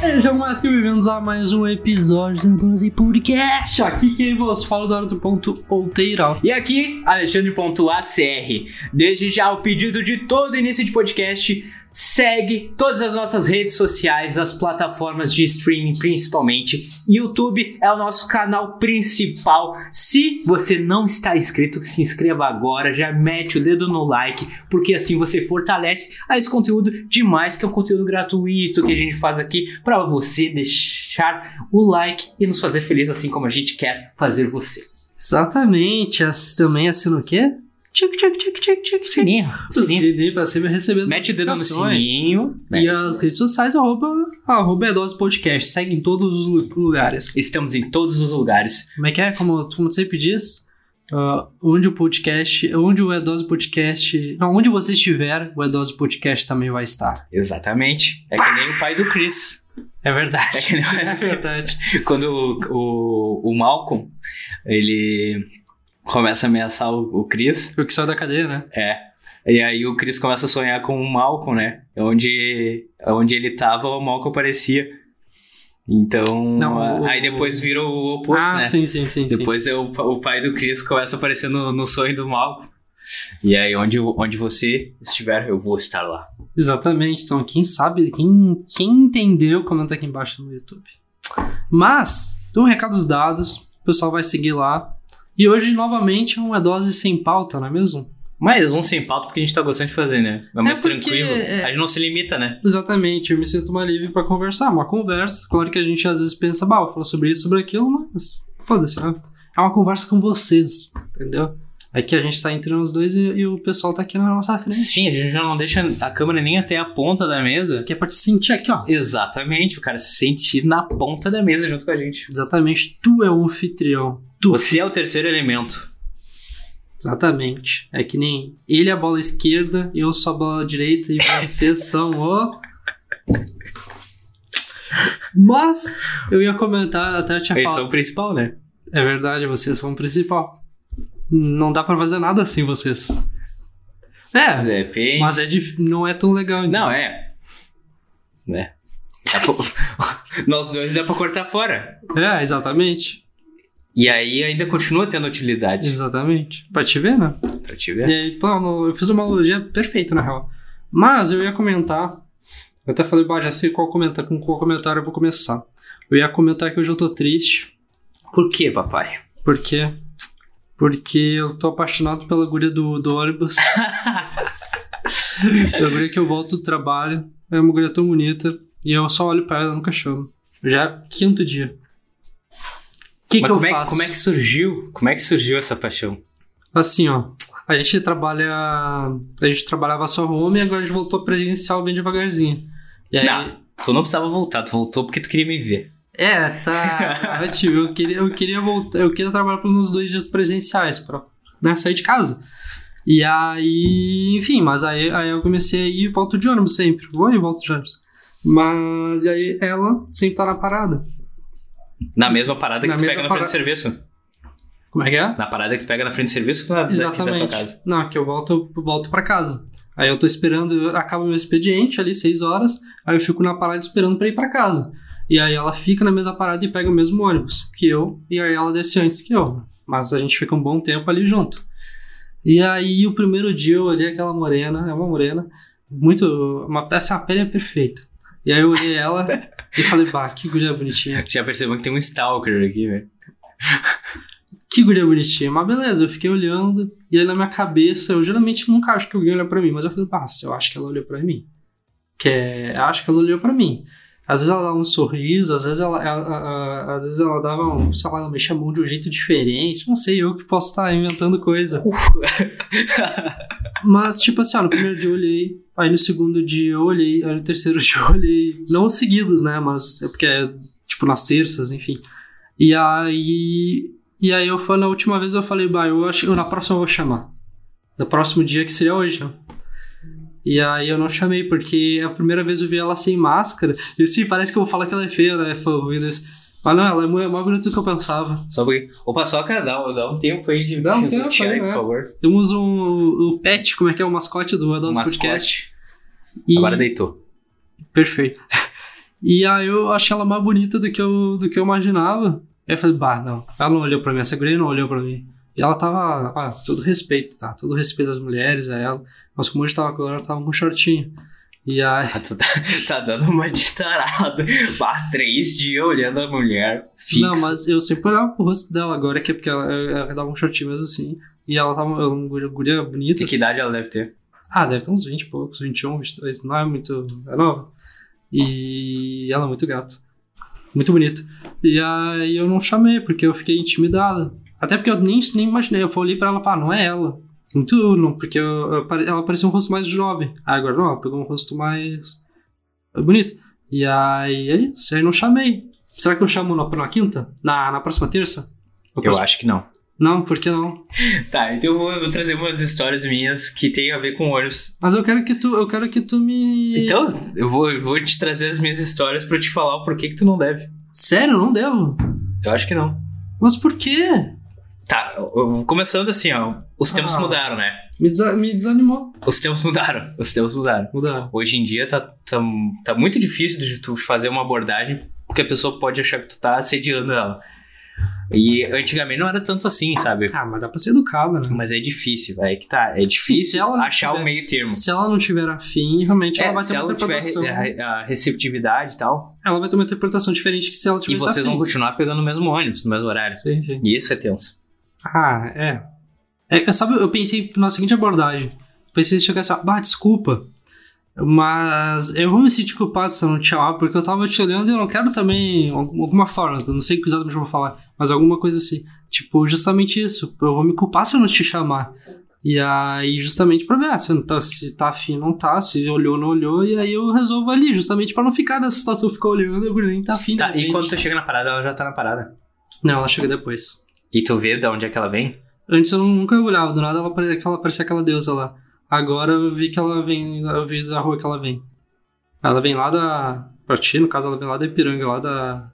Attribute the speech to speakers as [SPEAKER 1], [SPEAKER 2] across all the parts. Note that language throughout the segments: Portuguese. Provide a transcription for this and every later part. [SPEAKER 1] Sejam mais que bem-vindos a mais um episódio do 12 Podcast. Aqui quem vos fala é o Eduardo Ponto Outeiral.
[SPEAKER 2] E aqui, Alexandre.acr. Desde já o pedido de todo início de podcast. Segue todas as nossas redes sociais, as plataformas de streaming principalmente. YouTube é o nosso canal principal. Se você não está inscrito, se inscreva agora, já mete o dedo no like, porque assim você fortalece a esse conteúdo demais, que é um conteúdo gratuito que a gente faz aqui para você deixar o like e nos fazer feliz assim como a gente quer fazer você.
[SPEAKER 1] Exatamente. As, também assina o quê?
[SPEAKER 2] Tchic, tchic, tchic, tchic, tchic. Sininho. Sininho.
[SPEAKER 1] Sininho pra sempre receber as
[SPEAKER 2] Mete o dedo no
[SPEAKER 1] notificações.
[SPEAKER 2] sininho.
[SPEAKER 1] E as redes sociais, arroba, arroba Edose Podcast. Segue em todos os lu- lugares.
[SPEAKER 2] Estamos em todos os lugares.
[SPEAKER 1] Como é que é? Como, como sempre diz, ah, onde o podcast, onde o Edose Podcast, não, onde você estiver, o Edose Podcast também vai estar.
[SPEAKER 2] Exatamente. É que nem o pai do Chris.
[SPEAKER 1] É verdade.
[SPEAKER 2] É que nem o pai do
[SPEAKER 1] É
[SPEAKER 2] Chris.
[SPEAKER 1] verdade.
[SPEAKER 2] Quando o, o, o Malcolm, ele começa a ameaçar o, o Chris.
[SPEAKER 1] O que sai da cadeia, né?
[SPEAKER 2] É. E aí o Chris começa a sonhar com o Malcolm, né? Onde, é onde ele tava, o Malcolm aparecia. Então.
[SPEAKER 1] Não,
[SPEAKER 2] a-
[SPEAKER 1] o-
[SPEAKER 2] Aí depois vira o oposto,
[SPEAKER 1] ah,
[SPEAKER 2] né?
[SPEAKER 1] sim, sim, sim. sim.
[SPEAKER 2] Depois é o, pa- o pai do Chris começa a aparecer no, no sonho do mal. E aí, onde, onde você estiver, eu vou estar lá.
[SPEAKER 1] Exatamente. Então, quem sabe, quem, quem entendeu, comenta aqui embaixo no YouTube. Mas, então, recados dados, o pessoal vai seguir lá. E hoje, novamente, é uma dose sem pauta, não é mesmo?
[SPEAKER 2] Mas um sem pauta porque a gente tá gostando de fazer, né? É mais
[SPEAKER 1] porque-
[SPEAKER 2] tranquilo.
[SPEAKER 1] é-
[SPEAKER 2] A gente não se limita, né?
[SPEAKER 1] Exatamente, eu me sinto mais livre pra conversar, uma conversa. Claro que a gente às vezes pensa, bah, vou falar sobre isso, sobre aquilo, mas foda-se, né? É uma conversa com vocês, entendeu? Aqui a gente tá entre nós dois e, e o pessoal tá aqui na nossa frente.
[SPEAKER 2] Sim, assim, a gente já não deixa a câmera nem até a ponta da mesa.
[SPEAKER 1] Aqui é pra te sentir aqui, ó.
[SPEAKER 2] Exatamente, o cara se sente na ponta da mesa junto com a gente.
[SPEAKER 1] Exatamente, tu é um anfitrião. Tu.
[SPEAKER 2] Você é o terceiro elemento.
[SPEAKER 1] Exatamente. É que nem ele é a bola esquerda, eu sou a bola direita e vocês são o. Mas eu ia comentar até tinha
[SPEAKER 2] Esse é
[SPEAKER 1] falado.
[SPEAKER 2] o principal, né?
[SPEAKER 1] É verdade, vocês são o principal. Não dá pra fazer nada sem vocês. É,
[SPEAKER 2] Depende.
[SPEAKER 1] mas é dif- não é tão legal.
[SPEAKER 2] Não, é. Né? Dá pra- Nós dois dá pra cortar fora.
[SPEAKER 1] É, exatamente.
[SPEAKER 2] E aí ainda continua tendo utilidade.
[SPEAKER 1] Exatamente. Pra te ver, né?
[SPEAKER 2] Pra te ver.
[SPEAKER 1] E aí, pô, no- eu fiz uma analogia perfeita, na real. Mas eu ia comentar. Eu até falei, bah, já sei qual comentar, com qual comentário eu vou começar. Eu ia comentar que hoje eu tô triste.
[SPEAKER 2] Por que, papai?
[SPEAKER 1] Por quê? Porque eu tô apaixonado pela guria do, do ônibus. pela guria que eu volto do trabalho. É uma guria tão bonita. E eu só olho pra ela nunca chamo. Já é quinto dia. O que,
[SPEAKER 2] Mas
[SPEAKER 1] que eu
[SPEAKER 2] como, é,
[SPEAKER 1] faço?
[SPEAKER 2] como é que surgiu? Como é que surgiu essa paixão?
[SPEAKER 1] Assim, ó. A gente trabalha. A gente trabalhava só home e agora a gente voltou presencial bem devagarzinho. E aí.
[SPEAKER 2] Não. Tu não precisava voltar, tu voltou porque tu queria me ver.
[SPEAKER 1] É, tá. Eu, tive- eu queria, eu queria voltar. Eu queria trabalhar por uns dois dias presenciais pra né, sair de casa. E aí, enfim, mas aí, aí eu comecei a ir e volto de ônibus sempre. Vou e volto de ônibus. Mas aí ela sempre tá na parada.
[SPEAKER 2] Na mesma parada que
[SPEAKER 1] Na
[SPEAKER 2] tu pega
[SPEAKER 1] mesma
[SPEAKER 2] na frente do serviço.
[SPEAKER 1] Como é que é?
[SPEAKER 2] Na parada que tu pega na frente do serviço ou na ah, daqui da tua casa?
[SPEAKER 1] Exatamente. Não, que eu volto, eu volto pra casa. Aí eu tô esperando, eu- acaba meu expediente ali, 6 horas, aí eu fico na parada esperando pra ir pra casa. E aí ela fica na mesma parada e pega o mesmo ônibus que eu, e aí ela desce antes que eu. Mas a gente fica um bom tempo ali junto. E aí o primeiro dia eu olhei aquela morena, é uma morena, muito. Uma, essa pele é perfeita. E aí eu olhei ela e falei, bah, que guria bonitinha.
[SPEAKER 2] Já percebeu que tem um stalker aqui, velho.
[SPEAKER 1] que guria bonitinha. Mas beleza, eu fiquei olhando, e aí na minha cabeça, eu geralmente nunca acho que alguém olha pra mim, mas eu falei, passa, eu acho que ela olhou pra mim. Que é, eu acho que ela olhou pra mim. Às vezes ela dava um sorriso, às vezes ela, a- a- a- às vezes ela dava um, sei lá, ela mexia a mão de um jeito diferente, não sei, eu que posso estar inventando coisa. Mas, tipo assim, ó, no primeiro dia eu olhei, aí no segundo dia eu olhei, aí no terceiro dia eu olhei. Não seguidos, né? Mas é porque é, tipo, nas terças, enfim. E aí. E aí eu falei, na última vez eu falei, bah, eu acho eu na próxima eu vou chamar. No próximo dia, que seria hoje, né? E aí eu não chamei, porque a primeira vez eu vi ela sem máscara. E assim, parece que eu vou falar que ela é feia, né? Foi ouvindo isso. Mas não, ela é mu- é mais bonita do que eu pensava.
[SPEAKER 2] Só porque. Opa, só cara, dá, dá um tempo aí de
[SPEAKER 1] Dá um
[SPEAKER 2] de
[SPEAKER 1] tempo
[SPEAKER 2] sortear
[SPEAKER 1] aí,
[SPEAKER 2] por
[SPEAKER 1] né?
[SPEAKER 2] favor.
[SPEAKER 1] Temos um, o Pet, como é que é? O mascote do Adults
[SPEAKER 2] Mascote.
[SPEAKER 1] Podcast. E-
[SPEAKER 2] Agora deitou.
[SPEAKER 1] Perfeito. E aí eu achei ela mais bonita do que eu, do que eu imaginava. Aí eu falei, bah, não. Ela não olhou pra mim, essa guria não olhou pra mim. E ela tava, ah, todo respeito, tá? Todo respeito às mulheres, a ela. Mas como hoje tava com ela, ela tava com um shortinho. E aí,
[SPEAKER 2] Ah, tu tá, tá dando uma de tarado. Bah, três dias olhando a mulher fixo.
[SPEAKER 1] Não, mas eu sempre olhava pro rosto dela agora, que é porque ela, ela dava um shortinho mesmo assim. E ela tava ela é uma guria, guria bonita.
[SPEAKER 2] E É que idade ela deve ter?
[SPEAKER 1] Ah, deve ter uns 20 e poucos, 21, 22. Não é muito. É nova. E ela é muito gata. Muito bonita. E aí eu não chamei, porque eu fiquei intimidada. Até porque eu nem, nem imaginei. Eu olhei pra ela, pá, não é ela. Muito, não, porque eu- eu pare- ela parecia um rosto mais jovem. Aí agora não, ela pegou um rosto mais. bonito. E aí é isso, aí não chamei. Será que eu chamo na, na quinta? Na, na próxima terça? Na
[SPEAKER 2] Eu
[SPEAKER 1] próxima-
[SPEAKER 2] acho que não.
[SPEAKER 1] Não, por que não?
[SPEAKER 2] Tá, então eu vou, eu vou trazer umas histórias minhas que tem a ver com olhos.
[SPEAKER 1] Mas eu quero que tu, eu quero que tu me.
[SPEAKER 2] Então, eu vou, eu vou te trazer as minhas histórias pra eu te falar o porquê que tu não deve.
[SPEAKER 1] Sério, eu não devo.
[SPEAKER 2] Eu acho que não.
[SPEAKER 1] Mas por quê?
[SPEAKER 2] Tá, eu- eu vou começando assim, ó. Os tempos
[SPEAKER 1] Ah.
[SPEAKER 2] mudaram, né?
[SPEAKER 1] Me, desa- me desanimou.
[SPEAKER 2] Os tempos mudaram. Os tempos mudaram.
[SPEAKER 1] Mudar.
[SPEAKER 2] Hoje em dia tá, tá, tá muito difícil de tu fazer uma abordagem porque a pessoa pode achar que tu tá assediando ela. E antigamente não era tanto assim, sabe?
[SPEAKER 1] Ah, mas dá pra ser educada, né?
[SPEAKER 2] Mas é difícil, é que tá. É
[SPEAKER 1] Se
[SPEAKER 2] difícil
[SPEAKER 1] ela não
[SPEAKER 2] achar
[SPEAKER 1] tiver-
[SPEAKER 2] o meio termo.
[SPEAKER 1] Se ela não tiver afim, realmente
[SPEAKER 2] É,
[SPEAKER 1] ela vai ter
[SPEAKER 2] se
[SPEAKER 1] uma
[SPEAKER 2] ela tiver
[SPEAKER 1] interpretação.
[SPEAKER 2] re- é, a, a receptividade e tal,
[SPEAKER 1] Ela vai ter uma interpretação diferente que se ela
[SPEAKER 2] e
[SPEAKER 1] tiver
[SPEAKER 2] vocês vão continuar pegando o mesmo ônibus, no mesmo horário.
[SPEAKER 1] Sim, sim.
[SPEAKER 2] E isso é tenso.
[SPEAKER 1] Ah, é. é eu- sabe, eu pensei na seguinte abordagem. Pensei se chegasse, assim, bah, desculpa. Mas eu vou me sentir culpado se eu não te chamar, porque eu tava te olhando e eu não quero também, algum- alguma forma, eu não sei que exatamente eu vou falar, mas alguma coisa assim. Tipo, justamente isso. Eu vou me culpar se eu não te chamar. E aí, justamente pra ver ah, se, não tá, se tá afim, não tá, se olhou, não olhou, e aí eu resolvo ali, justamente pra não ficar nessa situação, ficar olhando, eu nem tá afim.
[SPEAKER 2] Tá,
[SPEAKER 1] de
[SPEAKER 2] e
[SPEAKER 1] repente.
[SPEAKER 2] quando tu chega na parada, ela já tá na parada.
[SPEAKER 1] Não, ela chega depois.
[SPEAKER 2] E tu vê de onde é que ela vem?
[SPEAKER 1] Antes eu nunca olhava, do nada ela parecia, ela parecia aquela deusa lá. Agora eu vi que ela vem, eu vi da rua que ela vem. Ela vem lá da. Pra ti, no caso, ela vem lá da Ipiranga, lá da.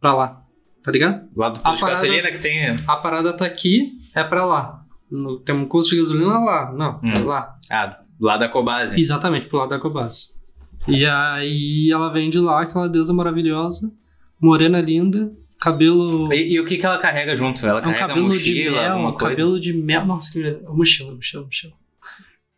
[SPEAKER 1] Pra lá. Tá ligado?
[SPEAKER 2] Lá do
[SPEAKER 1] A
[SPEAKER 2] posto de
[SPEAKER 1] parada-
[SPEAKER 2] gasolina que tem.
[SPEAKER 1] A parada tá aqui, é pra lá. No, tem um custo de gasolina é lá. Não, é
[SPEAKER 2] Hum.
[SPEAKER 1] lá.
[SPEAKER 2] Ah, lá da Cobase.
[SPEAKER 1] Exatamente, pro lado da Cobas. E aí ela vem de lá, aquela deusa maravilhosa, morena linda, cabelo.
[SPEAKER 2] E, e o que, que ela carrega junto? Ela
[SPEAKER 1] É um
[SPEAKER 2] carrega
[SPEAKER 1] cabelo de
[SPEAKER 2] mochila,
[SPEAKER 1] mel,
[SPEAKER 2] alguma
[SPEAKER 1] um
[SPEAKER 2] coisa?
[SPEAKER 1] cabelo de mel. Nossa, que mochila, mochila, mochila.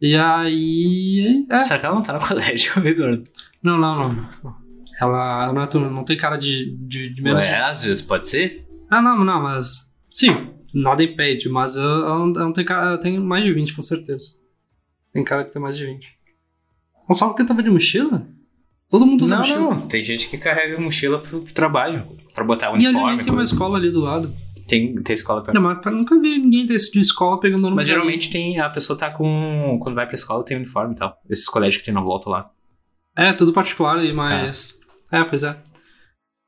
[SPEAKER 1] E aí. é.
[SPEAKER 2] Será que ela não tá no colégio, Eduardo?
[SPEAKER 1] Não, não, não. Ela ela não, é tão- não tem cara de, de, de menos.
[SPEAKER 2] Ué, às vezes pode ser.
[SPEAKER 1] Ah, não, não, mas. Sim, nada impede, mas eu, eu não- eu não tenho cara. Eu tenho mais de 20, com certeza. Tem cara que tem mais de 20. Mas só porque eu tava de mochila? Todo mundo usa
[SPEAKER 2] Não,
[SPEAKER 1] mochila.
[SPEAKER 2] não. Tem gente que carrega mochila pro, pro trabalho, pra botar um
[SPEAKER 1] E ali
[SPEAKER 2] uniforme.
[SPEAKER 1] nem tem uma
[SPEAKER 2] coisa.
[SPEAKER 1] escola ali do lado.
[SPEAKER 2] Tem, tem escola pra...
[SPEAKER 1] Não, mas eu nunca vi ninguém desse de escola pegando no
[SPEAKER 2] Mas geralmente tem, a pessoa tá com. Quando vai pra escola tem uniforme e tal. Esses colégios que tem na volta lá.
[SPEAKER 1] É, tudo particular aí, mas. É, pois é.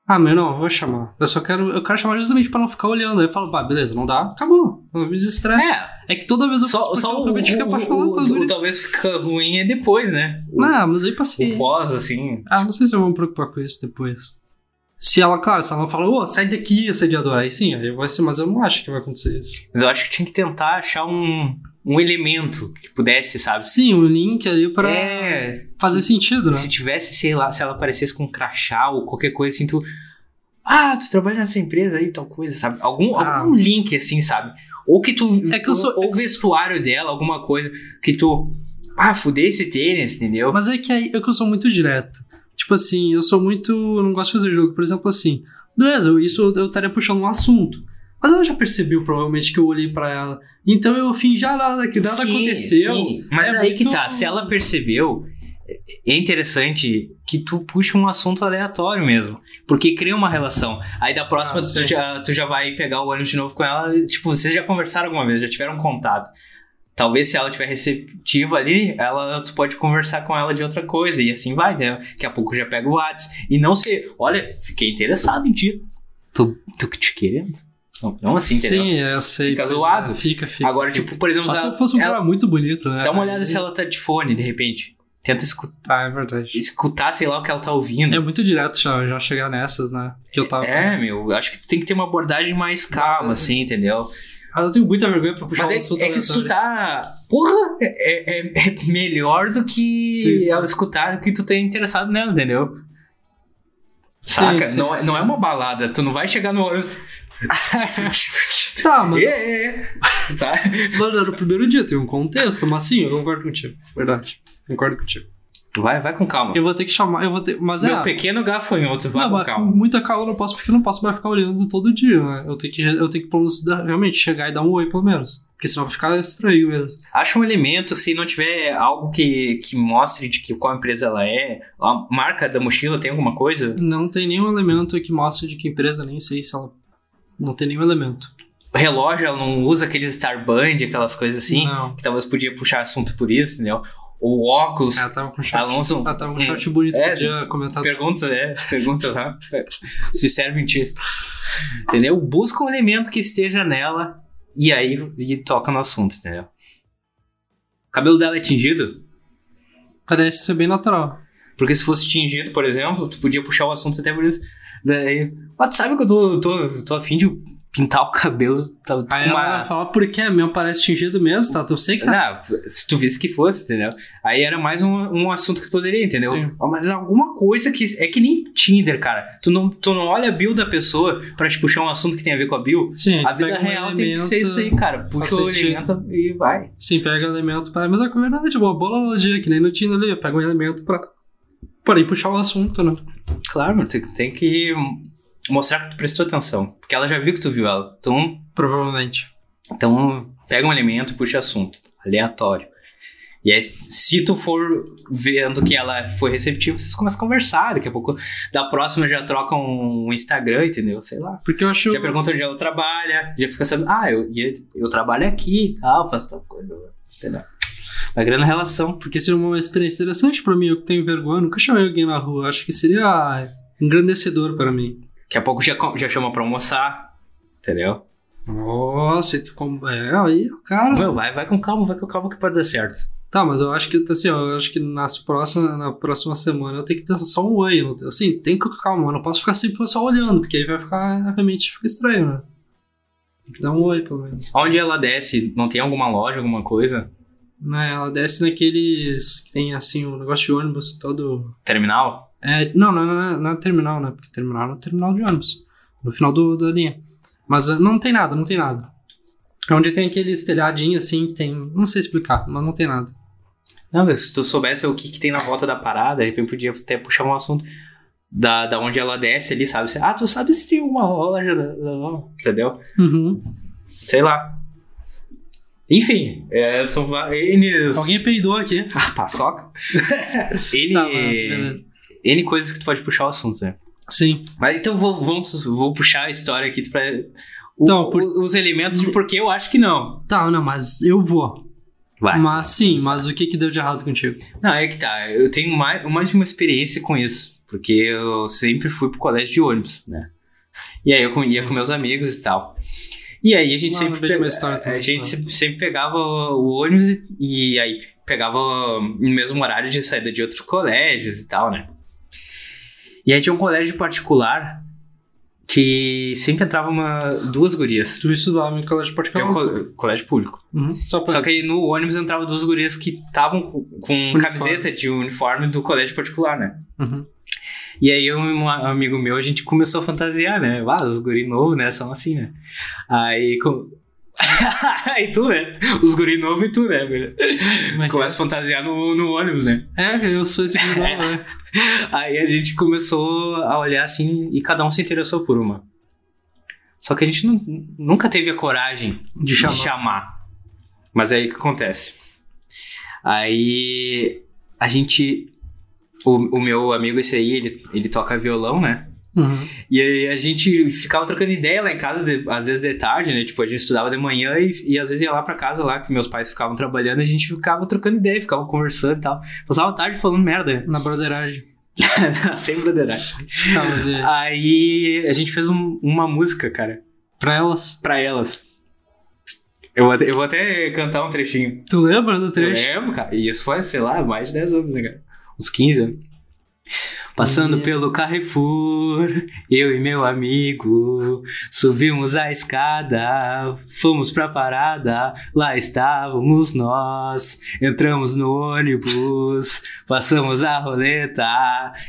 [SPEAKER 1] Ah, meu, não, eu vou chamar. Eu só quero. Eu quero chamar justamente pra não ficar olhando. Aí eu falo, pá, beleza, não dá, acabou. Eu me desestresse.
[SPEAKER 2] É,
[SPEAKER 1] É. que toda vez eu
[SPEAKER 2] só,
[SPEAKER 1] faço
[SPEAKER 2] só
[SPEAKER 1] porque
[SPEAKER 2] o,
[SPEAKER 1] eu acabei de ficar
[SPEAKER 2] o-
[SPEAKER 1] apaixonado
[SPEAKER 2] o-
[SPEAKER 1] pelas
[SPEAKER 2] o-
[SPEAKER 1] gurias.
[SPEAKER 2] talvez fica ruim é depois, né? O,
[SPEAKER 1] Ah, mas aí
[SPEAKER 2] o
[SPEAKER 1] passei.
[SPEAKER 2] pós, assim.
[SPEAKER 1] Ah, não sei se eu vou me preocupar com isso depois. Se ela, claro, se ela fala, ô, sai daqui, assediador, aí sim, aí vai ser, mas eu não acho que vai acontecer isso.
[SPEAKER 2] Mas eu acho que tinha que tentar achar um, um elemento que pudesse, sabe?
[SPEAKER 1] Sim, o link ali pra
[SPEAKER 2] É,
[SPEAKER 1] fazer sentido, né?
[SPEAKER 2] se tivesse, sei lá, se ela aparecesse com um crachá ou qualquer coisa assim, tu. Ah, tu trabalha nessa empresa aí, tal coisa, sabe? Algum,
[SPEAKER 1] Ah.
[SPEAKER 2] algum link assim, sabe? Ou que tu.
[SPEAKER 1] É que eu sou-
[SPEAKER 2] Ou o vestuário dela, alguma coisa que tu. Ah, fudei esse tênis, entendeu?
[SPEAKER 1] Mas é que aí é que eu sou muito direto. Tipo assim, eu sou muito. Eu não gosto de fazer jogo. Por exemplo, assim, beleza, eu- isso eu- eu estaria puxando um assunto. Mas ela já percebeu, provavelmente, que eu olhei pra ela. Então eu fingi ah, nada, que nada
[SPEAKER 2] Sim,
[SPEAKER 1] aconteceu.
[SPEAKER 2] sim. Mas
[SPEAKER 1] É
[SPEAKER 2] aí que
[SPEAKER 1] muito-
[SPEAKER 2] tá, se ela percebeu, é interessante que tu puxa um assunto aleatório mesmo. Porque cria uma relação. Aí da próxima
[SPEAKER 1] Ah,
[SPEAKER 2] tu,
[SPEAKER 1] sim.
[SPEAKER 2] já, tu já vai pegar o ônibus de novo com ela. e, Tipo, vocês já conversaram alguma vez, já tiveram um contato. Talvez se ela tiver receptiva ali, ela, tu pode conversar com ela de outra coisa. E assim vai, né? Daqui a pouco já pega o WhatsApp. E não ser, olha, fiquei interessado em ti. Tu, tu que te querendo? Não, não assim, entendeu?
[SPEAKER 1] Sim, eu sei.
[SPEAKER 2] Fica
[SPEAKER 1] pois é,
[SPEAKER 2] zoado.
[SPEAKER 1] Fica, fica.
[SPEAKER 2] Agora, tipo, por exemplo,
[SPEAKER 1] Só
[SPEAKER 2] da-
[SPEAKER 1] se fosse um
[SPEAKER 2] ela-
[SPEAKER 1] cara muito bonito, né?
[SPEAKER 2] Dá uma olhada se ela tá de fone, de repente. Tenta escu-
[SPEAKER 1] Tá, é verdade.
[SPEAKER 2] escutar, sei lá, o que ela tá ouvindo.
[SPEAKER 1] É muito direto já, já chegar nessas, né? Que eu tava.
[SPEAKER 2] É, meu, eu acho que tu tem que ter uma abordagem mais calma, assim, entendeu?
[SPEAKER 1] Mas eu tenho muita vergonha pra puxar um
[SPEAKER 2] Mas
[SPEAKER 1] assunto
[SPEAKER 2] é, é que se tu
[SPEAKER 1] aleatório.
[SPEAKER 2] tá. Porra! É, é- é- é melhor do que
[SPEAKER 1] Sim, sim.
[SPEAKER 2] ela escutar do que tu tem interessado nela, entendeu? Saca?
[SPEAKER 1] Sim, sim,
[SPEAKER 2] não, é-
[SPEAKER 1] sim.
[SPEAKER 2] não é uma balada. Tu não vai chegar no ônibus. É,
[SPEAKER 1] Tá, mas.
[SPEAKER 2] Ê, ê, ê. Sabe?
[SPEAKER 1] Mano, era o primeiro dia, tem um contexto, mas sim, eu concordo contigo. Verdade. Concordo contigo.
[SPEAKER 2] Vai, vai com calma.
[SPEAKER 1] Eu vou ter que chamar, eu vou ter. Mas
[SPEAKER 2] Meu
[SPEAKER 1] é.
[SPEAKER 2] pequeno gafanhoto, vai
[SPEAKER 1] não,
[SPEAKER 2] com
[SPEAKER 1] mas
[SPEAKER 2] calma.
[SPEAKER 1] muita calma eu não posso, porque eu não posso mais ficar olhando todo dia, né? Eu tenho que, eu tenho que pelo menos, dar- realmente chegar e dar um oi, pelo menos. Porque senão vai ficar estranho mesmo.
[SPEAKER 2] Acha um elemento, se não tiver algo que, que mostre de que qual empresa ela é, a marca da mochila tem alguma coisa?
[SPEAKER 1] Não tem nenhum elemento que mostre de que empresa, nem sei se ela. Não tem nenhum elemento.
[SPEAKER 2] Relógio, ela não usa aqueles Starband, aquelas coisas assim,
[SPEAKER 1] Não.
[SPEAKER 2] que talvez podia puxar assunto por isso, entendeu? Ou óculos,
[SPEAKER 1] Ela tava com um short.
[SPEAKER 2] Alonso,
[SPEAKER 1] Ela tava com
[SPEAKER 2] Hum.
[SPEAKER 1] short bonito,
[SPEAKER 2] É.
[SPEAKER 1] podia comentar.
[SPEAKER 2] pergunta, é, pergunta, tá? se serve em ti. Entendeu? Busca um elemento que esteja nela e aí e toca no assunto, entendeu? O cabelo dela é tingido?
[SPEAKER 1] Parece ser bem natural.
[SPEAKER 2] Porque se fosse tingido, por exemplo, tu podia puxar o assunto até por isso. Daí, mas tu sabe que eu tô, eu tô, eu tô afim de pintar o cabelo. Tá, tô com
[SPEAKER 1] Aí ela
[SPEAKER 2] uma...
[SPEAKER 1] vai falar, por que? Meu parece tingido mesmo, tá? Eu sei que tá
[SPEAKER 2] Não, se tu visse que fosse, entendeu? Aí era mais um, um assunto que poderia, entendeu?
[SPEAKER 1] Sim.
[SPEAKER 2] Mas alguma coisa que. É que nem Tinder, cara. Tu não, tu não olha a bio da pessoa pra te puxar um assunto que tem a ver com a bio.
[SPEAKER 1] Sim,
[SPEAKER 2] A
[SPEAKER 1] tu
[SPEAKER 2] vida
[SPEAKER 1] pega um
[SPEAKER 2] real tem que ser
[SPEAKER 1] elemento-
[SPEAKER 2] isso aí, cara. Puxa o
[SPEAKER 1] faz sentido.
[SPEAKER 2] elemento e vai.
[SPEAKER 1] Sim, pega elemento para. Mas é que é verdade, uma boa analogia, que nem no Tinder ali, pega um elemento pra. Para ir puxar o assunto, né?
[SPEAKER 2] Claro, mano, tu tem que mostrar que tu prestou atenção. Porque ela já viu que tu viu ela. Então, Tu não
[SPEAKER 1] Provavelmente.
[SPEAKER 2] Então, pega um elemento, puxa assunto, aleatório. E aí, se tu for vendo que ela foi receptiva, vocês começam a conversar. Daqui a pouco, da próxima já troca um Instagram, entendeu? Sei lá.
[SPEAKER 1] Porque eu acho.
[SPEAKER 2] Já pergunta onde ela trabalha, já fica sabendo, ah, eu, e ele- eu trabalho aqui e tal, faço tal coisa, entendeu? Vai grande relação.
[SPEAKER 1] Porque seria uma experiência interessante pra mim, eu que tenho vergonha, nunca chamei alguém na rua. Acho que seria ah, engrandecedor pra mim.
[SPEAKER 2] Daqui a pouco já, co- já chama pra almoçar, entendeu?
[SPEAKER 1] Nossa, e tu como. É, aí, cara.
[SPEAKER 2] Meu, vai, vai com calma, vai com calma que pode dar certo.
[SPEAKER 1] Tá, mas eu acho que assim, eu acho que nas próximas, na próxima semana eu tenho que ter só um oi. eu não- Assim, tem que calma, eu não posso ficar sempre só olhando, porque aí vai ficar realmente fica estranho, né? Tem que dar um oi, pelo menos.
[SPEAKER 2] Onde ela desce, não tem alguma loja, alguma coisa?
[SPEAKER 1] né, ela desce naqueles que tem assim o negócio de ônibus todo.
[SPEAKER 2] Terminal?
[SPEAKER 1] É, não, não, não, não é terminal, né? Porque terminal é o terminal de ônibus. No final do, da linha. Mas ah, não tem nada, não tem nada. É onde tem aquele telhadinho assim que tem. Não sei explicar, mas não tem nada.
[SPEAKER 2] Não, mas se tu soubesse o que, que tem na volta da parada, de repente podia até puxar um assunto da, da onde ela desce ali, sabe? Ah, tu sabe se tem uma loja, lá- lá- lá, entendeu?
[SPEAKER 1] Uhum.
[SPEAKER 2] Sei lá. Enfim, é, são va- N...
[SPEAKER 1] Alguém peidou aqui.
[SPEAKER 2] Ah, paçoca? N...
[SPEAKER 1] Tá, mas beleza.
[SPEAKER 2] N coisas que tu pode puxar o assunto, né?
[SPEAKER 1] Sim.
[SPEAKER 2] Mas então vou, vamos, vou puxar a história aqui pra... o-
[SPEAKER 1] Então, por-
[SPEAKER 2] o- os elementos de porque eu acho que não.
[SPEAKER 1] Tá, não, mas eu vou.
[SPEAKER 2] Vai.
[SPEAKER 1] Mas sim, mas o que que deu de errado contigo?
[SPEAKER 2] Não, é que tá. Eu tenho mais, mais de uma experiência com isso. Porque eu sempre fui pro colégio de ônibus, né? E aí eu com- ia com meus amigos e tal. E aí a gente
[SPEAKER 1] Ah,
[SPEAKER 2] sempre
[SPEAKER 1] lembrei de uma
[SPEAKER 2] pegava.
[SPEAKER 1] história também.
[SPEAKER 2] A gente
[SPEAKER 1] Ah.
[SPEAKER 2] se- sempre pegava o ônibus e, e aí pegava no mesmo horário de saída de outros colégios e tal, né? E aí tinha um colégio particular que sempre entrava uma, duas gurias.
[SPEAKER 1] Tu estudava em colégio
[SPEAKER 2] É
[SPEAKER 1] particular?
[SPEAKER 2] um co- colégio público.
[SPEAKER 1] Uhum. Só pra.
[SPEAKER 2] Só que aí no ônibus entravam duas gurias que estavam com, com
[SPEAKER 1] Uniforme.
[SPEAKER 2] camiseta de uniforme do colégio particular, né?
[SPEAKER 1] Uhum.
[SPEAKER 2] E aí eu e um amigo meu, a gente começou a fantasiar, né? Ah, os guri novos, né? São assim, né? Aí... Com... e tu, né? Os guri novos e tu, né?
[SPEAKER 1] Como é que
[SPEAKER 2] Começa a fantasiar no, no ônibus, né?
[SPEAKER 1] É, eu sou esse guri novo, né?
[SPEAKER 2] Aí a gente começou a olhar assim e cada um se interessou por uma. Só que a gente nu- nunca teve a coragem
[SPEAKER 1] De chamar.
[SPEAKER 2] Mas é aí o que acontece? Aí a gente. O, o meu amigo, esse aí, ele, ele toca violão, né?
[SPEAKER 1] Uhum.
[SPEAKER 2] E aí a gente ficava trocando ideia lá em casa, de- às vezes de tarde, né? Tipo, a gente estudava de manhã e, e às vezes ia lá pra casa lá, que meus pais ficavam trabalhando, a gente ficava trocando ideia, ficava conversando e tal. Passava a tarde falando merda, né?
[SPEAKER 1] Na broderagem.
[SPEAKER 2] sem broderagem.
[SPEAKER 1] Tá, mas é.
[SPEAKER 2] Aí a gente fez um- uma música, cara,
[SPEAKER 1] Pra elas?
[SPEAKER 2] pra elas. Eu vou até, eu vou até cantar um trechinho.
[SPEAKER 1] Tu
[SPEAKER 2] É.
[SPEAKER 1] lembra do trecho?
[SPEAKER 2] Eu lembro, cara. E isso faz, sei lá, mais de 10 anos, né, cara? Uns 15 anos. Passando pelo Carrefour, eu e meu amigo subimos a escada, fomos pra parada, lá estávamos nós. Entramos no ônibus, passamos a roleta,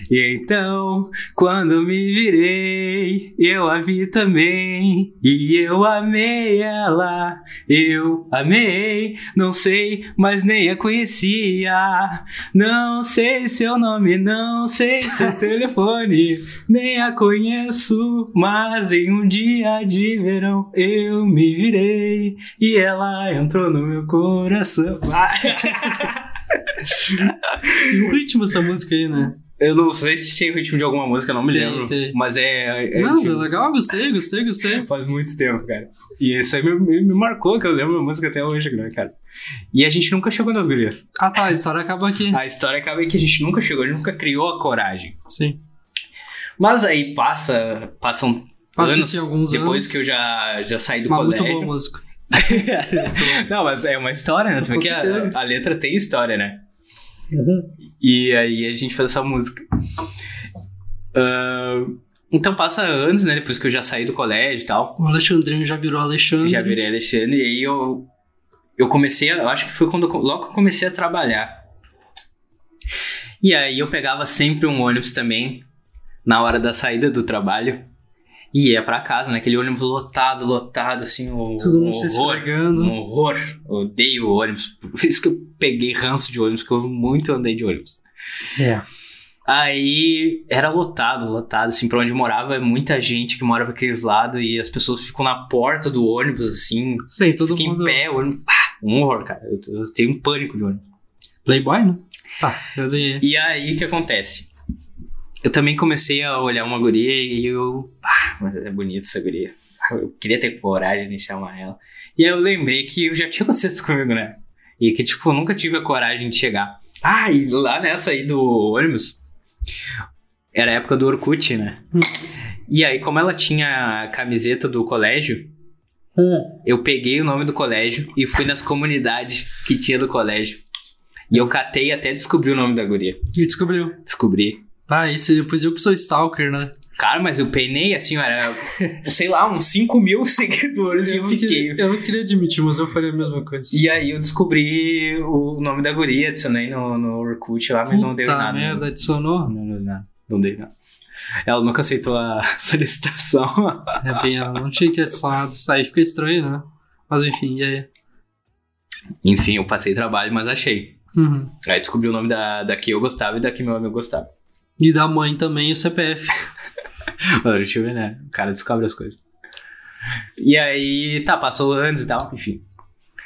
[SPEAKER 2] e então, quando me virei, eu a vi também, e eu amei ela. Eu amei, não sei, mas nem a conhecia. Não sei seu nome, não sei seu telefone, nem a conheço, mas em um dia de verão eu me virei e ela entrou no meu coração.
[SPEAKER 1] E o ritmo dessa música aí, né?
[SPEAKER 2] Eu não sei se tem o ritmo de alguma música, não me
[SPEAKER 1] Tem,
[SPEAKER 2] lembro,
[SPEAKER 1] tem.
[SPEAKER 2] mas é, é- é
[SPEAKER 1] Não, mas é
[SPEAKER 2] antigo.
[SPEAKER 1] legal, gostei, gostei, gostei.
[SPEAKER 2] Faz muito tempo, cara. E isso aí me, me- me marcou, que eu lembro a música até hoje, né, cara? E a gente nunca chegou nas gurias.
[SPEAKER 1] Ah tá, a história acaba aqui.
[SPEAKER 2] A história acaba aí que a gente nunca chegou, a gente nunca criou a coragem.
[SPEAKER 1] Sim.
[SPEAKER 2] Mas aí passa, passam anos,
[SPEAKER 1] Passa-se assim alguns
[SPEAKER 2] depois
[SPEAKER 1] anos.
[SPEAKER 2] que eu já, já saí do
[SPEAKER 1] Mas muito
[SPEAKER 2] colégio.
[SPEAKER 1] boa a música.
[SPEAKER 2] Não, mas é uma história, né? Tu vê
[SPEAKER 1] Com
[SPEAKER 2] que a,
[SPEAKER 1] certeza.
[SPEAKER 2] a letra tem história, né? E aí a gente fez essa música. Ah, então passa anos, né? Depois que eu já saí do colégio e tal.
[SPEAKER 1] O Alexandrinho já virou Alexandre.
[SPEAKER 2] Já virei Alexandre, e aí eu, eu comecei, a, eu acho que foi quando eu co- logo que eu comecei a trabalhar. E aí eu pegava sempre um ônibus também, na hora da saída do trabalho, e ia pra casa, naquele ônibus lotado, lotado, assim, o
[SPEAKER 1] Todo mundo se
[SPEAKER 2] horror.
[SPEAKER 1] esfregando.
[SPEAKER 2] Um horror. Eu odeio ônibus. Por isso que eu peguei ranço de ônibus, que eu muito andei de ônibus.
[SPEAKER 1] É.
[SPEAKER 2] Aí era lotado, lotado, assim, pra onde eu morava, é muita gente que mora pra aqueles lados e as pessoas ficam na porta do ônibus, assim,
[SPEAKER 1] Sim, todo
[SPEAKER 2] fica
[SPEAKER 1] mundo.
[SPEAKER 2] em pé, o ônibus. Ah, um horror, cara. Eu, eu tenho um pânico de ônibus.
[SPEAKER 1] Playboy, né? Tá, mas aí.
[SPEAKER 2] E aí o que acontece? Eu também comecei a olhar uma guria e eu. Ah, mas é bonita essa guria. Ah, Eu queria ter coragem de chamar ela. E aí eu lembrei que eu já tinha acontecido isso comigo, né? E que, tipo, eu nunca tive a coragem de chegar. Ah, e lá nessa aí do ônibus. Era a época do Orkut, né? E aí, como ela tinha a camiseta do colégio, eu peguei o nome do colégio e fui nas comunidades que tinha do colégio. E eu catei até descobri o nome da guria.
[SPEAKER 1] E descobriu.
[SPEAKER 2] Descobri.
[SPEAKER 1] Ah, isso depois eu que sou stalker, né?
[SPEAKER 2] Cara, mas eu penei assim, eu era, sei lá, uns 5 mil seguidores e eu
[SPEAKER 1] não queria,
[SPEAKER 2] fiquei.
[SPEAKER 1] eu não queria admitir, mas eu faria a mesma coisa.
[SPEAKER 2] E aí eu descobri o nome da guria, adicionei no, no Orkut lá, mas não deu em
[SPEAKER 1] Puta
[SPEAKER 2] nada. né?
[SPEAKER 1] merda, adicionou?
[SPEAKER 2] Não deu em nada. Não deu em nada. Ela nunca aceitou a solicitação.
[SPEAKER 1] É bem, ela não tinha que ter adicionado. Isso aí ficou estranho, né? Mas enfim, e aí?
[SPEAKER 2] Enfim, eu passei trabalho, mas achei.
[SPEAKER 1] Uhum.
[SPEAKER 2] Aí descobri o nome da, da que eu gostava e da que meu amigo gostava.
[SPEAKER 1] E da mãe também o CPF.
[SPEAKER 2] Ah, Mano, Deixa eu ver, né? O cara descobre as coisas. E aí, tá, passou anos e tal, enfim.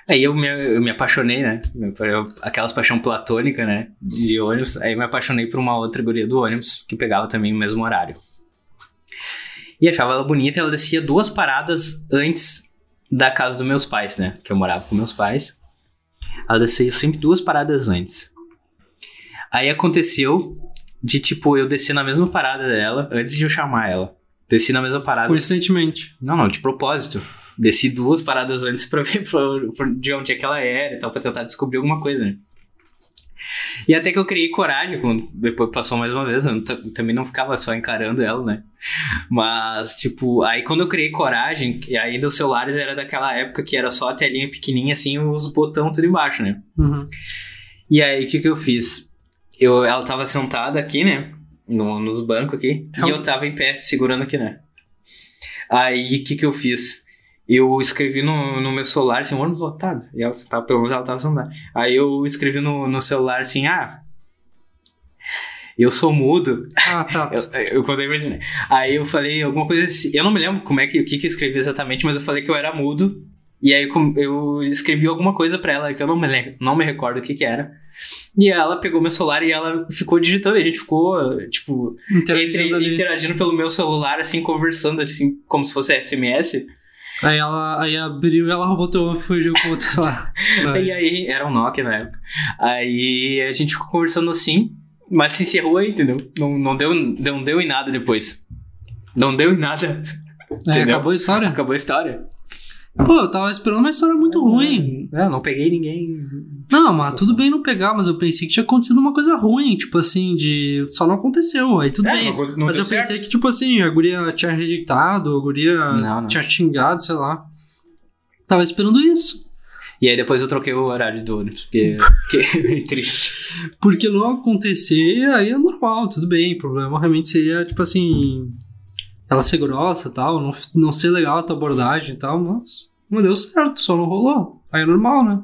[SPEAKER 2] Aí eu me, eu me apaixonei, né? Me apa- eu- aquelas paixão platônica, né? De ônibus. Aí eu me apaixonei por uma outra guria do ônibus, que pegava também o mesmo horário. E achava ela bonita, ela descia duas paradas antes da casa dos meus pais, né? Que eu morava com meus pais. Ela descia sempre duas paradas antes. Aí aconteceu de, tipo, eu descer na mesma parada dela antes de eu chamar ela. Desci na mesma parada.
[SPEAKER 1] Coincidentemente.
[SPEAKER 2] Não, não, de propósito. Desci duas paradas antes pra ver pra- pra- de onde é que ela era e tal, pra tentar descobrir alguma coisa, né? E até que eu criei coragem, quando depois passou mais uma vez, eu não ta- também não ficava só encarando ela, né? Mas, tipo, aí quando eu criei coragem, e ainda os celulares era daquela época que era só a telinha pequenininha, assim, os botões tudo embaixo, né?
[SPEAKER 1] Uhum.
[SPEAKER 2] E aí, o que que eu fiz? Eu, ela tava sentada aqui, né? No, nos bancos aqui.
[SPEAKER 1] Ela-
[SPEAKER 2] E eu tava em pé, segurando aqui, né? Aí, o que que eu fiz? Eu escrevi no, no meu celular, assim, um ônibus lotado. E ela tava, pelo menos ela tava sentada. Aí eu escrevi no, no celular, assim, ah... Eu sou mudo.
[SPEAKER 1] Ah, tá.
[SPEAKER 2] Eu, eu quando eu imaginei. Aí eu falei alguma coisa assim. Eu não me lembro como é que, o que, que eu escrevi exatamente, mas eu falei que eu era mudo. E aí com- eu escrevi alguma coisa pra ela que eu não me, le- não me recordo o que que era. E ela pegou meu celular e ela ficou digitando. E a gente ficou, tipo,
[SPEAKER 1] Interagindo
[SPEAKER 2] entre-
[SPEAKER 1] ali.
[SPEAKER 2] interagindo pelo meu celular, assim, conversando, assim, como se fosse SMS.
[SPEAKER 1] Aí ela aí abriu e ela roubou teu fugiu com outro celular.
[SPEAKER 2] E aí, era um Nokia na época. Aí a gente ficou conversando assim, mas se encerrou aí, entendeu? Não, não, deu, não deu em nada depois. Não deu em nada.
[SPEAKER 1] É,
[SPEAKER 2] entendeu?
[SPEAKER 1] acabou a história?
[SPEAKER 2] Acabou a história.
[SPEAKER 1] Pô, eu tava esperando uma história muito ruim. É,
[SPEAKER 2] Não, não peguei ninguém.
[SPEAKER 1] Não, mas tudo bem não pegar, mas eu pensei que tinha acontecido uma coisa ruim, tipo assim, de. Só não aconteceu, aí tudo
[SPEAKER 2] É,
[SPEAKER 1] bem.
[SPEAKER 2] não acon- não
[SPEAKER 1] mas
[SPEAKER 2] deu
[SPEAKER 1] eu pensei que, tipo assim, a guria tinha rejeitado, a guria
[SPEAKER 2] Não, não.
[SPEAKER 1] tinha xingado, sei lá. Tava esperando isso.
[SPEAKER 2] E aí depois eu troquei o horário do ônibus, porque fiquei meio triste.
[SPEAKER 1] Porque não acontecer, aí é normal, tudo bem. O problema realmente seria, tipo assim. Ela ser grossa e tal, não, não ser legal a tua abordagem e tal, mas. Não deu certo, só não rolou. Aí é normal, né?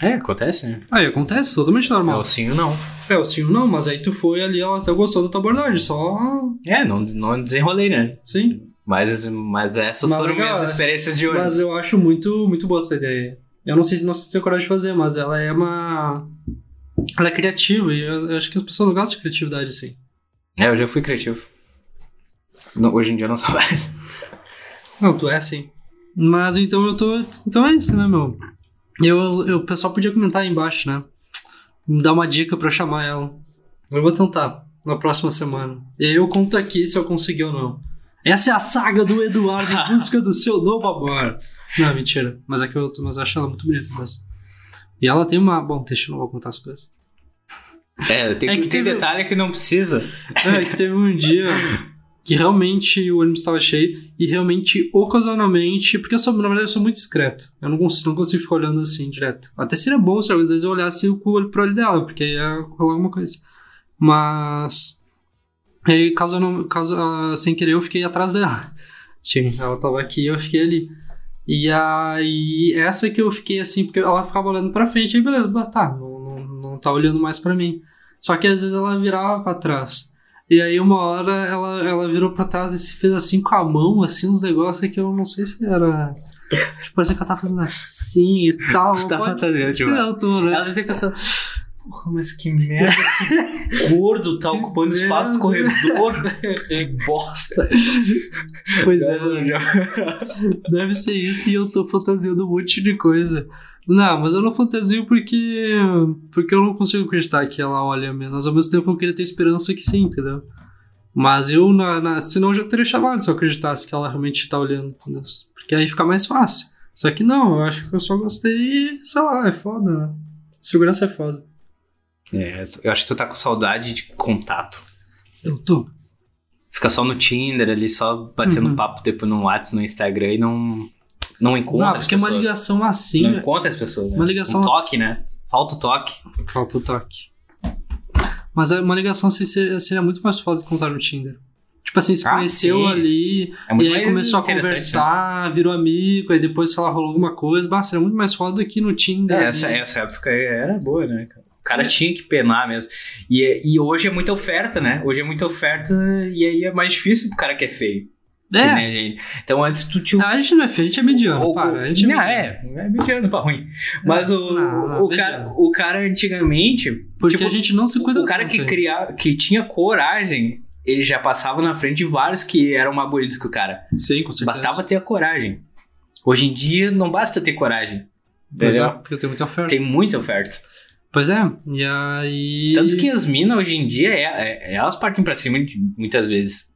[SPEAKER 2] É, acontece, né?
[SPEAKER 1] Aí acontece, totalmente normal.
[SPEAKER 2] Não, sim ou não.
[SPEAKER 1] É, o sim ou não, mas aí tu foi ali, ela até gostou da tua abordagem, só.
[SPEAKER 2] É, não, não desenrolei, né?
[SPEAKER 1] Sim.
[SPEAKER 2] Mas, mas essas
[SPEAKER 1] Mas
[SPEAKER 2] foram
[SPEAKER 1] legal,
[SPEAKER 2] minhas
[SPEAKER 1] né?
[SPEAKER 2] experiências de ônibus.
[SPEAKER 1] Mas eu acho muito, muito boa essa ideia. Eu não sei se não sei se tenho coragem de fazer, mas ela é uma. Ela é criativa, e eu, eu acho que as pessoas não gostam de criatividade assim.
[SPEAKER 2] É, eu já fui criativo. Não, hoje em dia eu não sou mais.
[SPEAKER 1] Não, tu é assim. Mas então eu tô. Então é isso, né, meu? Eu, eu, o pessoal podia comentar aí embaixo, né? Me dar uma dica pra eu chamar ela. Eu vou tentar na próxima semana. E aí eu conto aqui se eu conseguir ou não. Essa é a saga do Eduardo em busca do seu novo amor. Não, mentira. Mas é que eu, tô- mas eu acho ela muito bonita mesmo. E ela tem uma. Bom, deixa eu não vou contar as coisas.
[SPEAKER 2] É, tem,
[SPEAKER 1] É que
[SPEAKER 2] que tem
[SPEAKER 1] teve-
[SPEAKER 2] detalhe que não precisa.
[SPEAKER 1] É, que teve um dia que realmente o ônibus estava cheio e realmente, ocasionalmente, porque eu sou, na verdade, eu sou muito discreto. Eu não consigo, não consigo ficar olhando assim direto. Até seria bom se às vezes eu olhasse o olho pro olho dela, porque aí ia rolar alguma coisa. Mas. Aí, caso eu não, caso, ah, sem querer, eu fiquei atrás dela. Sim, ela tava aqui e eu fiquei ali. E aí, essa que eu fiquei assim, porque ela ficava olhando pra frente, aí beleza, bah, tá, não, não, não tá olhando mais pra mim. Só que às vezes ela virava pra trás. E aí uma hora ela, ela virou pra trás e se fez assim com a mão, assim, uns negócios que eu não sei se era. Tipo, parecia que ela tava fazendo assim e tal.
[SPEAKER 2] Tu tá
[SPEAKER 1] Pode-
[SPEAKER 2] fantasiando demais.
[SPEAKER 1] Eu tô, né?
[SPEAKER 2] Ela já tem pensando. Porra, mas que merda, esse gordo tá ocupando espaço do corredor. Que bosta.
[SPEAKER 1] Pois é, né? Deve ser isso e eu tô fantasiando um monte de coisa. Não, mas eu não fantasio porque. Porque eu não consigo acreditar que ela olha mesmo. Mas ao mesmo tempo eu queria ter esperança que sim, entendeu? Mas eu, na, na- senão eu já teria chamado se eu acreditasse que ela realmente tá olhando. entendeu? Porque aí fica mais fácil. Só que não, eu acho que eu só gostei e, sei lá, é foda, né? Segurança é foda.
[SPEAKER 2] É, eu acho que tu tá com saudade de contato.
[SPEAKER 1] Eu tô.
[SPEAKER 2] Fica só no Tinder ali, só batendo
[SPEAKER 1] Uhum.
[SPEAKER 2] papo depois no WhatsApp, no Instagram e não, não encontra
[SPEAKER 1] Não,
[SPEAKER 2] as
[SPEAKER 1] porque é uma
[SPEAKER 2] pessoas.
[SPEAKER 1] ligação assim.
[SPEAKER 2] não
[SPEAKER 1] né?
[SPEAKER 2] encontra as pessoas. Né?
[SPEAKER 1] Uma ligação
[SPEAKER 2] Um toque,
[SPEAKER 1] assim.
[SPEAKER 2] né? Falta o toque.
[SPEAKER 1] Falta o toque. Mas é uma ligação se- se- seria muito mais foda de contar no Tinder. Tipo assim, se
[SPEAKER 2] Ah,
[SPEAKER 1] conheceu
[SPEAKER 2] sim.
[SPEAKER 1] ali,
[SPEAKER 2] É muito
[SPEAKER 1] e aí
[SPEAKER 2] mais
[SPEAKER 1] começou a
[SPEAKER 2] interessante,
[SPEAKER 1] conversar, virou amigo, aí depois, sei lá, rolou alguma coisa. Bah, seria muito mais foda do que no Tinder.
[SPEAKER 2] É,
[SPEAKER 1] ali.
[SPEAKER 2] essa, essa época era boa, né, cara? O
[SPEAKER 1] É.
[SPEAKER 2] cara tinha que penar mesmo. E, é- e hoje é muita oferta, né? Hoje é muita oferta e aí é mais difícil pro cara que é feio. que
[SPEAKER 1] É,
[SPEAKER 2] nem a gente. Então antes tu tinha.
[SPEAKER 1] a gente não é feio, a gente é mediano,
[SPEAKER 2] o-
[SPEAKER 1] para. A gente é
[SPEAKER 2] não,
[SPEAKER 1] mediano. Ah,
[SPEAKER 2] é, é mediano pra ruim. Mas o,
[SPEAKER 1] não,
[SPEAKER 2] o, cara,
[SPEAKER 1] mediano.
[SPEAKER 2] o cara antigamente,
[SPEAKER 1] Porque
[SPEAKER 2] tipo,
[SPEAKER 1] a gente não se cuida
[SPEAKER 2] o cara que
[SPEAKER 1] tanto.
[SPEAKER 2] criava, que tinha coragem, ele já passava na frente de vários que eram mais bonitos que o cara.
[SPEAKER 1] Sim, com certeza.
[SPEAKER 2] Bastava ter a coragem. Hoje em dia não basta ter coragem.
[SPEAKER 1] Pois é,
[SPEAKER 2] entendeu?
[SPEAKER 1] porque tem muita oferta.
[SPEAKER 2] Tem muita oferta.
[SPEAKER 1] Pois é, e aí.
[SPEAKER 2] Tanto que as minas hoje em dia, é, é- elas partem pra cima de- muitas vezes.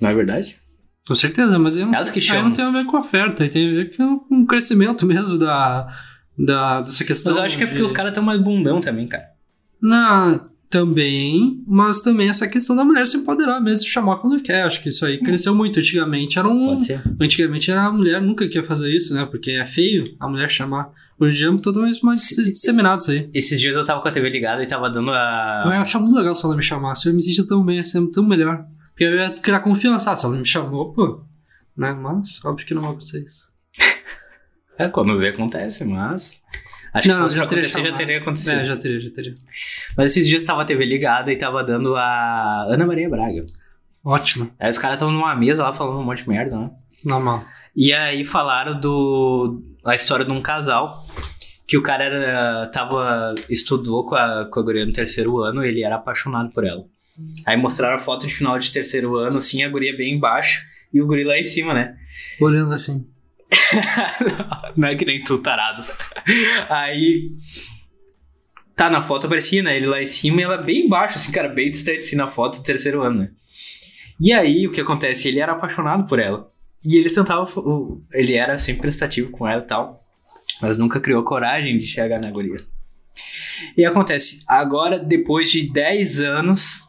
[SPEAKER 2] Não é verdade?
[SPEAKER 1] Com certeza, mas eu não,
[SPEAKER 2] Elas que
[SPEAKER 1] aí
[SPEAKER 2] chamam.
[SPEAKER 1] não tem a ver com oferta, aí tem a ver com o crescimento mesmo da, da, dessa questão.
[SPEAKER 2] Mas eu acho que é porque
[SPEAKER 1] de-
[SPEAKER 2] os caras tão mais bundão também, cara.
[SPEAKER 1] Na, também, mas também essa questão da mulher se empoderar mesmo e chamar quando quer. Acho que isso aí cresceu muito. Antigamente era um.
[SPEAKER 2] Pode ser.
[SPEAKER 1] Antigamente a mulher nunca queria fazer isso, né? Porque é feio a mulher chamar. Hoje em dia é totalmente mais
[SPEAKER 2] Sim.
[SPEAKER 1] disseminado isso aí.
[SPEAKER 2] Esses dias eu tava com a TV ligada e tava dando a.
[SPEAKER 1] Eu ia achar muito legal se ela me chamasse. Eu me sentia tão bem, assim, tão melhor. Porque eu ia criar confiança. Ah, se ela me chamou, pô. Né? Mas, óbvio que não vai acontecer isso.
[SPEAKER 2] É, quando vê acontece, mas. Acho
[SPEAKER 1] Não,
[SPEAKER 2] que se fosse
[SPEAKER 1] já
[SPEAKER 2] pra
[SPEAKER 1] teria
[SPEAKER 2] acontecer, já
[SPEAKER 1] chamado.
[SPEAKER 2] teria acontecido.
[SPEAKER 1] É, já teria, já teria.
[SPEAKER 2] Mas esses dias tava a TV ligada e tava dando a Ana Maria Braga.
[SPEAKER 1] Ótimo.
[SPEAKER 2] Aí os caras estavam numa mesa lá falando um monte de merda, né?
[SPEAKER 1] Normal.
[SPEAKER 2] E aí falaram do a história de um casal que o cara era, tava estudou com a, com a guria no terceiro ano, ele era apaixonado por ela. Aí mostraram a foto de final de terceiro ano, assim, a guria bem embaixo e o guri lá em cima, né?
[SPEAKER 1] Olhando assim.
[SPEAKER 2] Não é que nem tu, tarado. Aí tá na foto parecia, né? Ele lá em cima e ela bem embaixo, assim, cara, bem distante assim, na foto do terceiro ano, né? E aí o que acontece? Ele era apaixonado por ela. E ele tentava. o- Ele era sempre prestativo com ela e tal. Mas nunca criou coragem de chegar na guria. E acontece, agora, depois de 10 anos.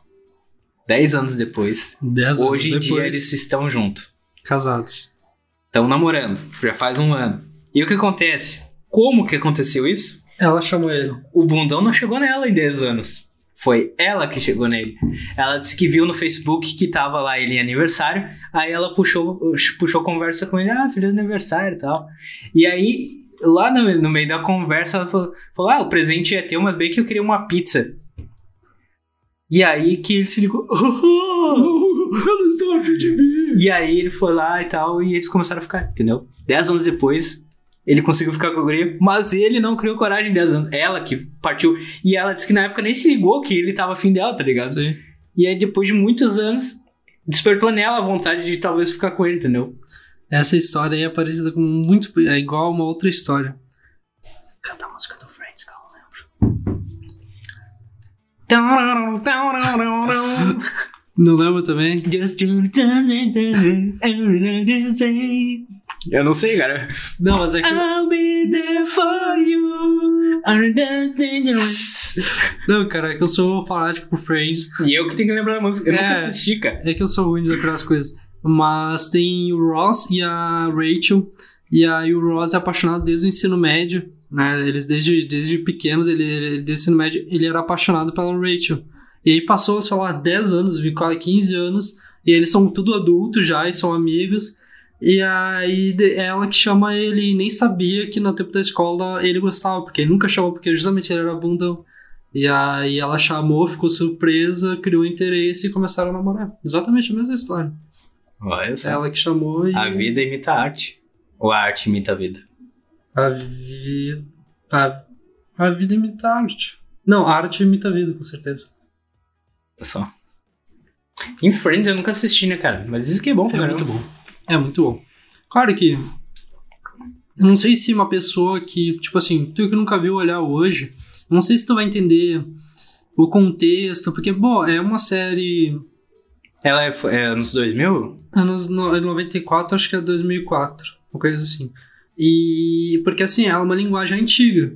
[SPEAKER 2] 10 anos depois.
[SPEAKER 1] Dez
[SPEAKER 2] hoje em
[SPEAKER 1] anos
[SPEAKER 2] dia
[SPEAKER 1] depois,
[SPEAKER 2] eles estão juntos.
[SPEAKER 1] casados.
[SPEAKER 2] Estão namorando. Já faz um ano. E o que acontece? Como que aconteceu isso?
[SPEAKER 1] Ela chamou ele.
[SPEAKER 2] o bundão não chegou nela em 10 anos. Foi ela que chegou nele. Ela disse que viu no Facebook que tava lá ele em aniversário. Aí ela puxou, puxou conversa com ele. Ah, feliz aniversário e tal. E aí, lá no, no meio da conversa, ela falou, falou, Ah, o presente é teu, mas bem que eu queria uma pizza. E aí que ele se ligou.
[SPEAKER 1] Ela está afim de mim.
[SPEAKER 2] E aí ele foi lá e tal, e eles começaram a ficar, entendeu? Dez anos depois, ele conseguiu ficar com a guria, mas ele não criou coragem em 10 anos. Ela que partiu. E ela disse que na época nem se ligou que ele tava afim dela, tá ligado?
[SPEAKER 1] Sim.
[SPEAKER 2] E aí, depois de muitos anos, despertou nela a vontade de talvez ficar com ele, entendeu?
[SPEAKER 1] Essa história aí é parecida com muito. É igual a uma outra história.
[SPEAKER 2] Canta a música do Friends, calma.
[SPEAKER 1] Não lembra também?
[SPEAKER 2] Eu não sei, cara.
[SPEAKER 1] Não, mas é que.
[SPEAKER 2] I'll be there for you. I'm the dangerous.
[SPEAKER 1] Não, cara, é que eu sou fanático por Friends.
[SPEAKER 2] E eu que tenho que lembrar da música. Eu
[SPEAKER 1] É.
[SPEAKER 2] nunca assisti, cara.
[SPEAKER 1] É que eu sou ruim de decorar as coisas. Mas tem o Ross e a Rachel. E aí o Ross é apaixonado desde o ensino médio. Né? Eles desde, desde pequenos, ele, ele- desde o ensino médio, ele era apaixonado pela Rachel. E aí passou, sei lá, 10 anos, vi- quase 15 anos. E eles são tudo adultos já e são amigos. E aí de- ela que chama ele e nem sabia que no tempo da escola ele gostava, porque ele nunca chamou, porque justamente ele era bundão. E aí ela chamou, ficou surpresa, criou interesse e começaram a namorar. Exatamente a mesma história.
[SPEAKER 2] Olha só.
[SPEAKER 1] Ela que chamou e.
[SPEAKER 2] A vida imita a arte. Ou a arte imita a vida.
[SPEAKER 1] A vida. A, a vida imita a arte. Não, a arte imita a vida, com certeza.
[SPEAKER 2] Olha Tá só. Em Friends eu nunca assisti, né, cara? Mas isso que é bom,
[SPEAKER 1] É
[SPEAKER 2] cara.
[SPEAKER 1] muito bom. É muito bom. Claro que. Eu não sei se uma pessoa que, tipo assim, tu que nunca viu olhar hoje, eu não sei se tu vai entender o contexto, porque, bom, é uma série
[SPEAKER 2] Ela é, f- é anos 2000?
[SPEAKER 1] anos no- 94, acho que é 2004, uma coisa assim. E porque assim, ela é uma linguagem antiga.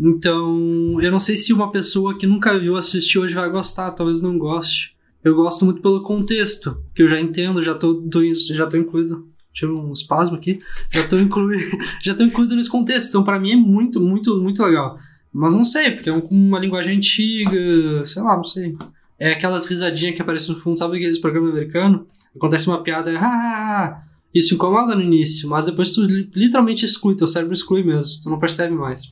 [SPEAKER 1] Então, eu não sei se uma pessoa que nunca viu assistir hoje vai gostar, talvez não goste. Eu gosto muito pelo contexto, que eu já entendo, já tô, tô in- já tô incluído. Tive um espasmo aqui. Já tô incluído, já tô incluído nesse contexto. Então, pra mim é muito, muito, muito legal. Mas não sei, porque é um- uma linguagem antiga, sei lá, não sei. É aquelas risadinhas que aparecem no fundo, sabe aqueles programas americanos? acontece uma piada, ah, ah, ah, isso incomoda no início, mas depois tu li- literalmente exclui, teu cérebro exclui mesmo, tu não percebe mais.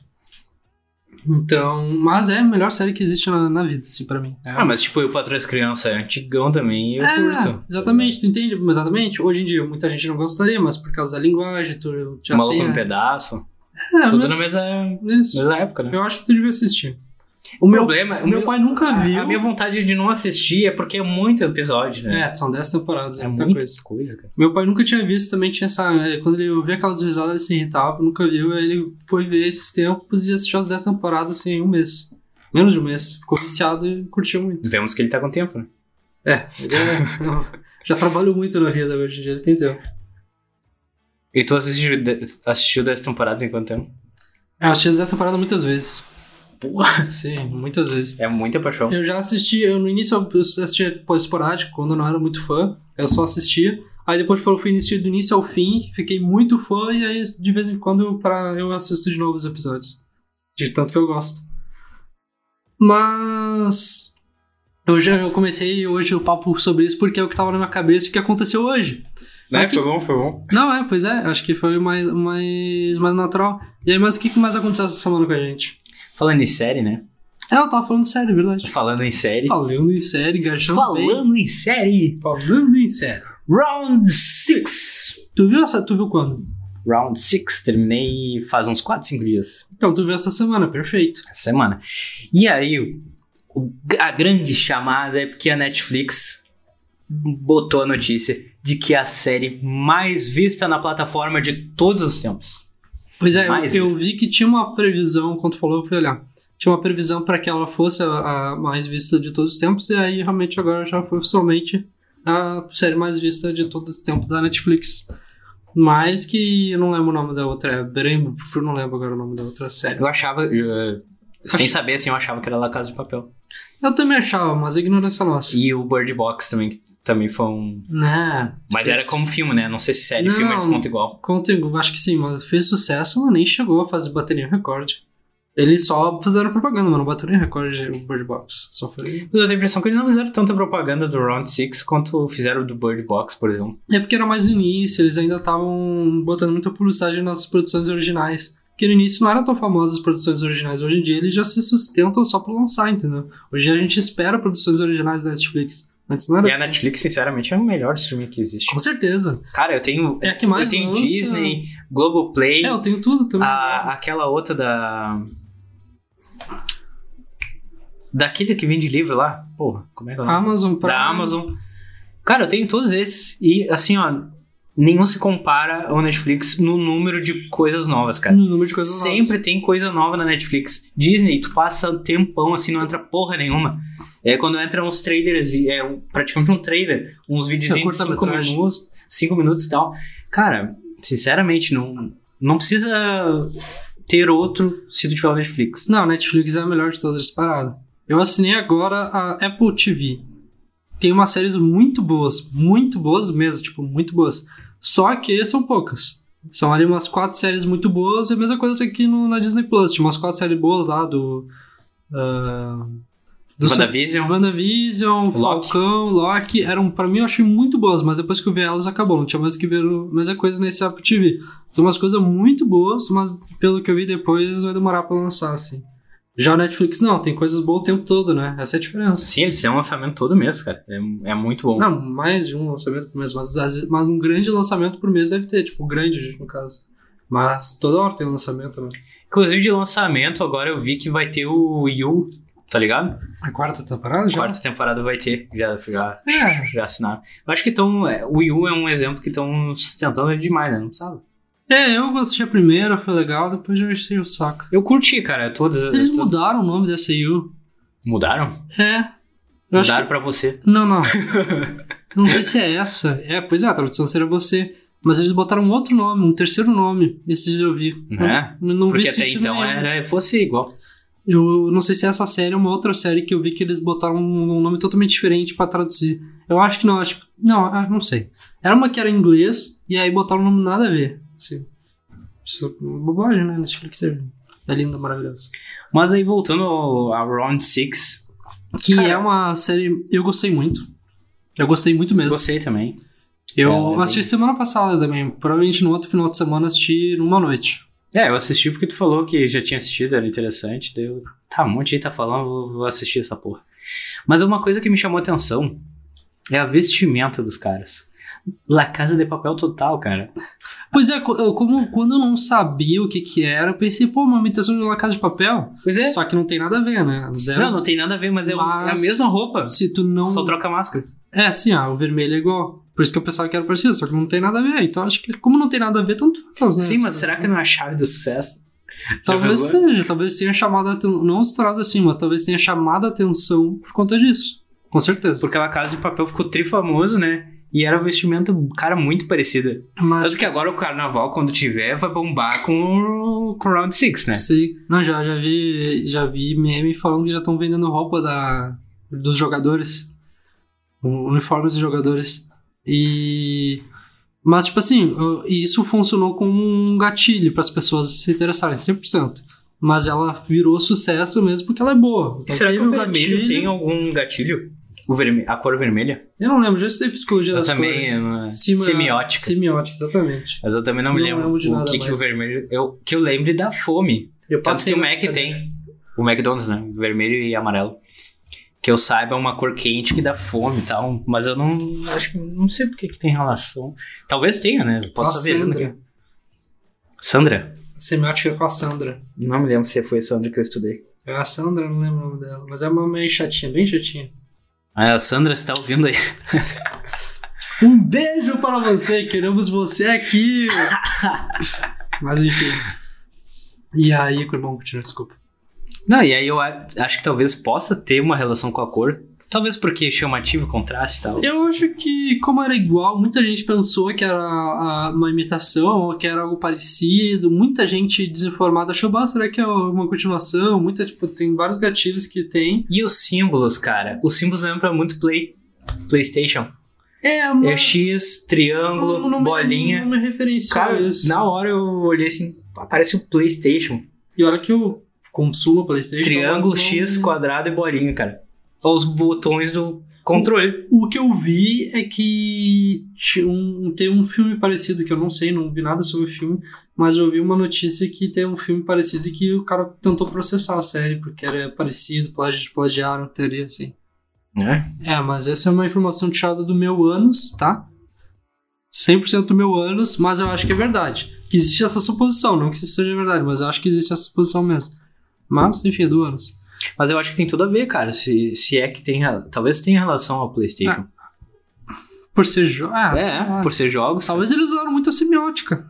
[SPEAKER 1] Então, mas é a melhor série que existe na, na vida, assim, pra mim. É.
[SPEAKER 2] Ah, mas tipo, eu para trás criança é antigão também e eu
[SPEAKER 1] É,
[SPEAKER 2] curto.
[SPEAKER 1] Exatamente, tu entende? Exatamente. Hoje em dia, muita gente não gostaria, mas por causa da linguagem, tu já
[SPEAKER 2] Maluco
[SPEAKER 1] tem...
[SPEAKER 2] no
[SPEAKER 1] né?
[SPEAKER 2] pedaço.
[SPEAKER 1] É,
[SPEAKER 2] Tudo
[SPEAKER 1] mas-
[SPEAKER 2] na mesma,
[SPEAKER 1] isso.
[SPEAKER 2] mesma época, né?
[SPEAKER 1] Eu acho que tu devia assistir. O meu,
[SPEAKER 2] problema, é
[SPEAKER 1] o meu pai nunca
[SPEAKER 2] a-
[SPEAKER 1] viu.
[SPEAKER 2] A minha vontade de não assistir é porque é muito episódio, né?
[SPEAKER 1] É, são 10 temporadas, é,
[SPEAKER 2] é
[SPEAKER 1] muita
[SPEAKER 2] muita
[SPEAKER 1] coisa.
[SPEAKER 2] coisa, cara.
[SPEAKER 1] Meu pai nunca tinha visto também, tinha essa. eh, Quando ele ouvia aquelas risadas, ele se irritava, nunca viu. Aí ele foi ver esses tempos e assistiu as 10 temporadas assim, em um mês. Menos de um mês. Ficou viciado e curtiu muito.
[SPEAKER 2] Vemos que ele tá com tempo, né?
[SPEAKER 1] É, ele é- já trabalhou muito na vida hoje em dia, ele tem tempo.
[SPEAKER 2] E tu assistiu, de- assistiu 10 temporadas em quanto tempo?
[SPEAKER 1] É, Eu assisti as 10 temporadas muitas vezes.
[SPEAKER 2] Porra!
[SPEAKER 1] Sim, muitas vezes.
[SPEAKER 2] É muita paixão.
[SPEAKER 1] Eu já assisti, eu no início eu assistia pô, esporádico, quando eu não era muito fã, eu só assistia. Aí depois foi- fui assistir do início ao fim, fiquei muito fã, e aí de vez em quando eu, pra, eu assisto de novo os episódios. De tanto que eu gosto. Mas. Eu já eu comecei hoje o papo sobre isso porque é o que tava na minha cabeça e o que aconteceu hoje.
[SPEAKER 2] Né?
[SPEAKER 1] Mas que-
[SPEAKER 2] Foi bom, foi bom.
[SPEAKER 1] Não, é, pois é, acho que foi mais, mais, mais natural. E aí, mas o que que mais aconteceu essa semana com a gente?
[SPEAKER 2] Falando em série, né?
[SPEAKER 1] É, eu tava falando sério, é verdade.
[SPEAKER 2] Falando em série.
[SPEAKER 1] Falando em série, engajando bem.
[SPEAKER 2] em série.
[SPEAKER 1] Falando em sério.
[SPEAKER 2] Round 6.
[SPEAKER 1] Tu viu essa? Tu viu quando?
[SPEAKER 2] Round 6. Terminei faz uns 4, 5 dias.
[SPEAKER 1] Então, tu viu essa semana, perfeito.
[SPEAKER 2] Essa semana. E aí, o- a grande chamada é porque a Netflix botou a notícia de que é a série mais vista na plataforma de todos os tempos.
[SPEAKER 1] Pois é, eu-
[SPEAKER 2] Mais
[SPEAKER 1] eu,
[SPEAKER 2] vista.
[SPEAKER 1] vi que tinha uma previsão, quando tu falou, eu fui olhar. Tinha uma previsão pra que ela fosse a, a mais vista de todos os tempos, e aí realmente agora já foi oficialmente a série mais vista de todos os tempos da Netflix. Mas que eu não lembro o nome da outra, é Brema, prefiro não lembro agora o nome da outra série.
[SPEAKER 2] Eu achava. eh, sem
[SPEAKER 1] Acho-
[SPEAKER 2] saber, assim, eu achava que era La Casa de Papel.
[SPEAKER 1] Eu também achava, mas a ignorância nossa.
[SPEAKER 2] E o Bird Box também, que também foi um.
[SPEAKER 1] Né?
[SPEAKER 2] Mas era
[SPEAKER 1] fez-
[SPEAKER 2] como filme, né? Não sei se série, filme
[SPEAKER 1] Não.
[SPEAKER 2] eles contam igual.
[SPEAKER 1] Contigo, acho que sim, mas fez sucesso, mas nem chegou a fazer bater nenhum recorde. Eles só fizeram propaganda, mas não bateu nenhum recorde o Bird Box. Só foi.
[SPEAKER 2] Eu tenho a impressão que eles não fizeram tanta propaganda do Round Six quanto fizeram do Bird Box, por exemplo.
[SPEAKER 1] É porque era mais no início, eles ainda estavam botando muita publicidade nas produções originais. Porque no início não eram tão famosas as produções originais. Hoje em dia eles já se sustentam só por lançar, entendeu? Hoje a gente espera produções originais da Netflix. Antes não era
[SPEAKER 2] E a
[SPEAKER 1] assim.
[SPEAKER 2] Netflix, sinceramente, é o melhor streaming que existe.
[SPEAKER 1] Com certeza.
[SPEAKER 2] Cara, eu tenho.
[SPEAKER 1] É a que mais
[SPEAKER 2] eu tenho
[SPEAKER 1] lança-
[SPEAKER 2] Disney, Globoplay,
[SPEAKER 1] É, eu tenho tudo também.
[SPEAKER 2] a, aquela outra da. Daquele que vende livro lá. Porra, como é que é? o nome?
[SPEAKER 1] Amazon Prime.
[SPEAKER 2] da Amazon. Cara, eu tenho todos esses. E assim, ó, nenhum se compara ao Netflix no número de coisas novas, cara.
[SPEAKER 1] No um número de coisas novas.
[SPEAKER 2] Sempre tem coisa nova na Netflix. Disney, tu passa um tempão assim, não entra porra nenhuma. É quando entra uns trailers, e é um- praticamente um trailer, uns videozinhos de
[SPEAKER 1] É
[SPEAKER 2] 5
[SPEAKER 1] curta-metragem.
[SPEAKER 2] minutos, cinco minutos e tal. Cara, sinceramente, não, não precisa ter outro se tu tiver o Netflix.
[SPEAKER 1] Não, Netflix é a melhor de todas as paradas. Eu assinei agora a Apple TV. Tem umas séries muito boas, muito boas mesmo, tipo, muito boas. Só que são poucas. São ali umas quatro séries muito boas, e a mesma coisa tem aqui no, na Disney Plus. Tinha umas quatro séries boas lá do. ah, do
[SPEAKER 2] WandaVision,
[SPEAKER 1] WandaVision,
[SPEAKER 2] Loki.
[SPEAKER 1] Falcão, Loki, eram, pra mim eu achei muito boas, mas depois que eu vi elas acabou, não tinha mais que ver o- a mesma coisa nesse Apple TV. São umas coisas muito boas, mas pelo que eu vi depois vai demorar pra lançar, assim. Já o Netflix não, tem coisas boas o tempo todo, né? Essa é a diferença.
[SPEAKER 2] sim, eles têm um lançamento todo mês, cara. É, é muito bom.
[SPEAKER 1] Não, mais de um lançamento por mês, mas, às vezes- mas um grande lançamento por mês deve ter, tipo, grande no caso. Mas toda hora tem lançamento, né?
[SPEAKER 2] Inclusive de lançamento, agora eu vi que vai ter o Yu, tá ligado?
[SPEAKER 1] A quarta temporada já?
[SPEAKER 2] Quarta temporada vai ter, já, já,
[SPEAKER 1] É.
[SPEAKER 2] já assinaram. Eu acho que estão. o Yu é um exemplo que estão sustentando demais, né? Não sabe?
[SPEAKER 1] É, eu assisti a primeira, foi legal, depois já achei o saco.
[SPEAKER 2] Eu curti, cara. Todas as-
[SPEAKER 1] Eles
[SPEAKER 2] todas-
[SPEAKER 1] mudaram o nome dessa IU.
[SPEAKER 2] Mudaram?
[SPEAKER 1] É. Eu acho
[SPEAKER 2] Mudaram pra você.
[SPEAKER 1] que... Não, não. Eu não sei se é essa. É, pois é, a tradução seria você. Mas eles botaram um outro nome, um terceiro nome. Esses dias eu vi.
[SPEAKER 2] Né?
[SPEAKER 1] Eu Não
[SPEAKER 2] Porque
[SPEAKER 1] vi
[SPEAKER 2] até
[SPEAKER 1] sentido
[SPEAKER 2] então
[SPEAKER 1] nenhum.
[SPEAKER 2] era fosse igual.
[SPEAKER 1] Eu eu não sei se essa série é uma outra série que eu vi que eles botaram um um nome totalmente diferente pra traduzir. Eu acho que não, acho que- Não, ah, não sei. Era uma que era em inglês e aí botaram um nome nada a ver. Assim, isso é uma bobagem, né? Netflix é, é linda, maravilhosa.
[SPEAKER 2] Mas aí voltando ao, ao Round 6,
[SPEAKER 1] Que
[SPEAKER 2] Cara-
[SPEAKER 1] é uma série. Eu gostei muito. Eu gostei muito mesmo.
[SPEAKER 2] gostei também.
[SPEAKER 1] Eu
[SPEAKER 2] Ela é bem-
[SPEAKER 1] assisti semana passada também. Provavelmente no outro final de semana eu assisti numa noite.
[SPEAKER 2] É, eu assisti porque tu falou que já tinha assistido, era interessante. Daí eu, tá, um monte de gente tá falando, vou, vou assistir essa porra. Mas uma coisa que me chamou atenção é a vestimenta dos caras. La Casa de Papel total, cara.
[SPEAKER 1] Pois é, co- eu, como quando eu não sabia o que que era, eu pensei, pô, uma imitação de La Casa de Papel?
[SPEAKER 2] Pois é.
[SPEAKER 1] Só que não tem nada a ver, né? Zero.
[SPEAKER 2] Não, não tem nada a ver, mas, é o- é a
[SPEAKER 1] Mas-
[SPEAKER 2] mesma roupa.
[SPEAKER 1] Se tu não...
[SPEAKER 2] Só troca a máscara.
[SPEAKER 1] É, assim, ó, o vermelho é igual. Por isso que eu pensava que era parecido, só que não tem nada a ver. Então acho que como não tem nada a ver, tanto faz, né?
[SPEAKER 2] Sim, mas
[SPEAKER 1] Só-
[SPEAKER 2] será que não é a chave do sucesso?
[SPEAKER 1] Talvez
[SPEAKER 2] Já pensou?
[SPEAKER 1] seja, talvez tenha chamado a atenção... Não estourado assim, mas talvez tenha chamado a atenção por conta disso. Com certeza.
[SPEAKER 2] Porque La Casa de Papel ficou trifamoso, né? E era um vestimento, cara, muito parecida.
[SPEAKER 1] Mas...
[SPEAKER 2] Tanto que agora o carnaval, quando tiver, vai bombar com o com o Round Six, né?
[SPEAKER 1] Sim. Não, já, já vi, já vi meme falando que já estão vendendo roupa da, dos jogadores. O uniforme dos jogadores. E. Mas, tipo assim, eu- e isso funcionou como um gatilho para as pessoas se interessarem, 100%. Mas ela virou sucesso mesmo porque ela é boa. Então,
[SPEAKER 2] Será que
[SPEAKER 1] teve
[SPEAKER 2] o
[SPEAKER 1] um
[SPEAKER 2] vermelho
[SPEAKER 1] gatilho.
[SPEAKER 2] tem algum gatilho? O verme... A cor vermelha?
[SPEAKER 1] Eu não lembro, já estudei psicologia
[SPEAKER 2] Eu
[SPEAKER 1] das
[SPEAKER 2] também.
[SPEAKER 1] cores.
[SPEAKER 2] é,
[SPEAKER 1] Sima-
[SPEAKER 2] Semiótica.
[SPEAKER 1] Semiótica, exatamente.
[SPEAKER 2] Mas eu também não me
[SPEAKER 1] Não
[SPEAKER 2] lembro,
[SPEAKER 1] lembro de
[SPEAKER 2] o
[SPEAKER 1] nada
[SPEAKER 2] que, que o
[SPEAKER 1] mais.
[SPEAKER 2] vermelho. Eu, que eu lembre da fome.
[SPEAKER 1] Eu
[SPEAKER 2] Tanto que Então, assim, o
[SPEAKER 1] nessa
[SPEAKER 2] Mac
[SPEAKER 1] cadeira.
[SPEAKER 2] tem. O McDonald's, né? Vermelho e amarelo. Que eu saiba é uma cor quente que dá fome e tal. Mas eu não. Acho que não sei por que que tem relação. Talvez tenha, né? Eu Posso
[SPEAKER 1] Com a
[SPEAKER 2] estar vendo aqui.
[SPEAKER 1] Sandra.
[SPEAKER 2] Sandra?
[SPEAKER 1] Semiótica com a Sandra.
[SPEAKER 2] Não me lembro se foi a Sandra que eu estudei.
[SPEAKER 1] É a Sandra, não lembro o nome dela. Mas é uma meio chatinha, bem chatinha.
[SPEAKER 2] Ah, Sandra, você tá ouvindo aí?
[SPEAKER 1] Um beijo para você, queremos você aqui. Mas enfim. E aí, irmão, continua, desculpa.
[SPEAKER 2] Não, e aí eu a- acho que talvez possa ter uma relação com a cor. Talvez porque é chamativo, contraste e tal.
[SPEAKER 1] Eu acho que, como era igual, muita gente pensou que era ah, uma imitação ou que era algo parecido. Muita gente desinformada achou, bah, será que é uma continuação? Muita, tipo, tem vários gatilhos que tem.
[SPEAKER 2] E os símbolos, cara? Os símbolos lembram muito Play. PlayStation.
[SPEAKER 1] É, mas...
[SPEAKER 2] É X, triângulo,
[SPEAKER 1] não, não me-
[SPEAKER 2] bolinha.
[SPEAKER 1] Não me referenciou
[SPEAKER 2] Cara,
[SPEAKER 1] isso.
[SPEAKER 2] na hora eu olhei assim, aparece o PlayStation.
[SPEAKER 1] E olha que eu consumo Playstation.
[SPEAKER 2] Triângulo,
[SPEAKER 1] mas não-
[SPEAKER 2] X, quadrado e bolinha, cara. Olha os botões do controle.
[SPEAKER 1] O que eu vi é que tinha um, tem um filme parecido, que eu não sei, não vi nada sobre o filme, mas eu vi uma notícia que tem um filme parecido e que o cara tentou processar a série, porque era parecido, plagi- plagiaram, teoria, assim.
[SPEAKER 2] Né?
[SPEAKER 1] É, mas essa é uma informação tirada do meu ânus, tá? 100% do meu ânus, mas eu acho que é verdade. Que existe essa suposição, não que isso seja verdade, mas eu acho que existe essa suposição mesmo. Mas, enfim, é do ânus.
[SPEAKER 2] Mas eu acho que tem tudo a ver, cara. Se, se é que tem. rela- Talvez tenha relação ao PlayStation.
[SPEAKER 1] Por ser jo... Ah, sei lá.
[SPEAKER 2] é, por ser jogos.
[SPEAKER 1] Talvez eles usaram muito a semiótica.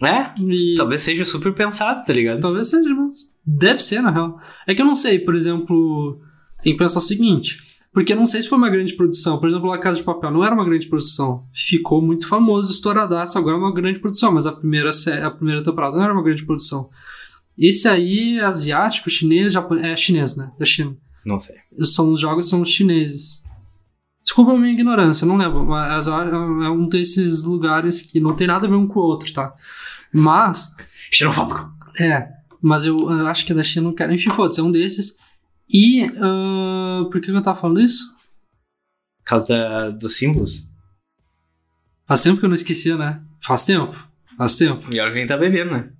[SPEAKER 2] É,
[SPEAKER 1] E...
[SPEAKER 2] talvez seja super pensado, tá ligado?
[SPEAKER 1] Talvez seja, mas deve ser, na real. É que eu não sei, por exemplo, tem que pensar o seguinte. Porque eu não sei se foi uma grande produção. Por exemplo, La Casa de Papel não era uma grande produção. Ficou muito famoso, estouradaço, agora é uma grande produção. Mas a primeira, sé- a primeira temporada não era uma grande produção. Esse aí é asiático, chinês, japonês... É chinês, né? Da China.
[SPEAKER 2] Não sei.
[SPEAKER 1] São os jogos, são os chineses. Desculpa a minha ignorância, eu não lembro. Mas eu acho- é um desses lugares que não tem nada a ver um com o outro, tá? Mas...
[SPEAKER 2] Xenofóbico.
[SPEAKER 1] É, mas eu, eu acho que é da China não quero. Enfim, foda-se, é um desses. E ah, por que que eu tava falando isso?
[SPEAKER 2] Por causa da- dos símbolos.
[SPEAKER 1] Faz tempo que eu não esquecia, né? Faz tempo. Faz tempo.
[SPEAKER 2] E olha quem tá bebendo, né?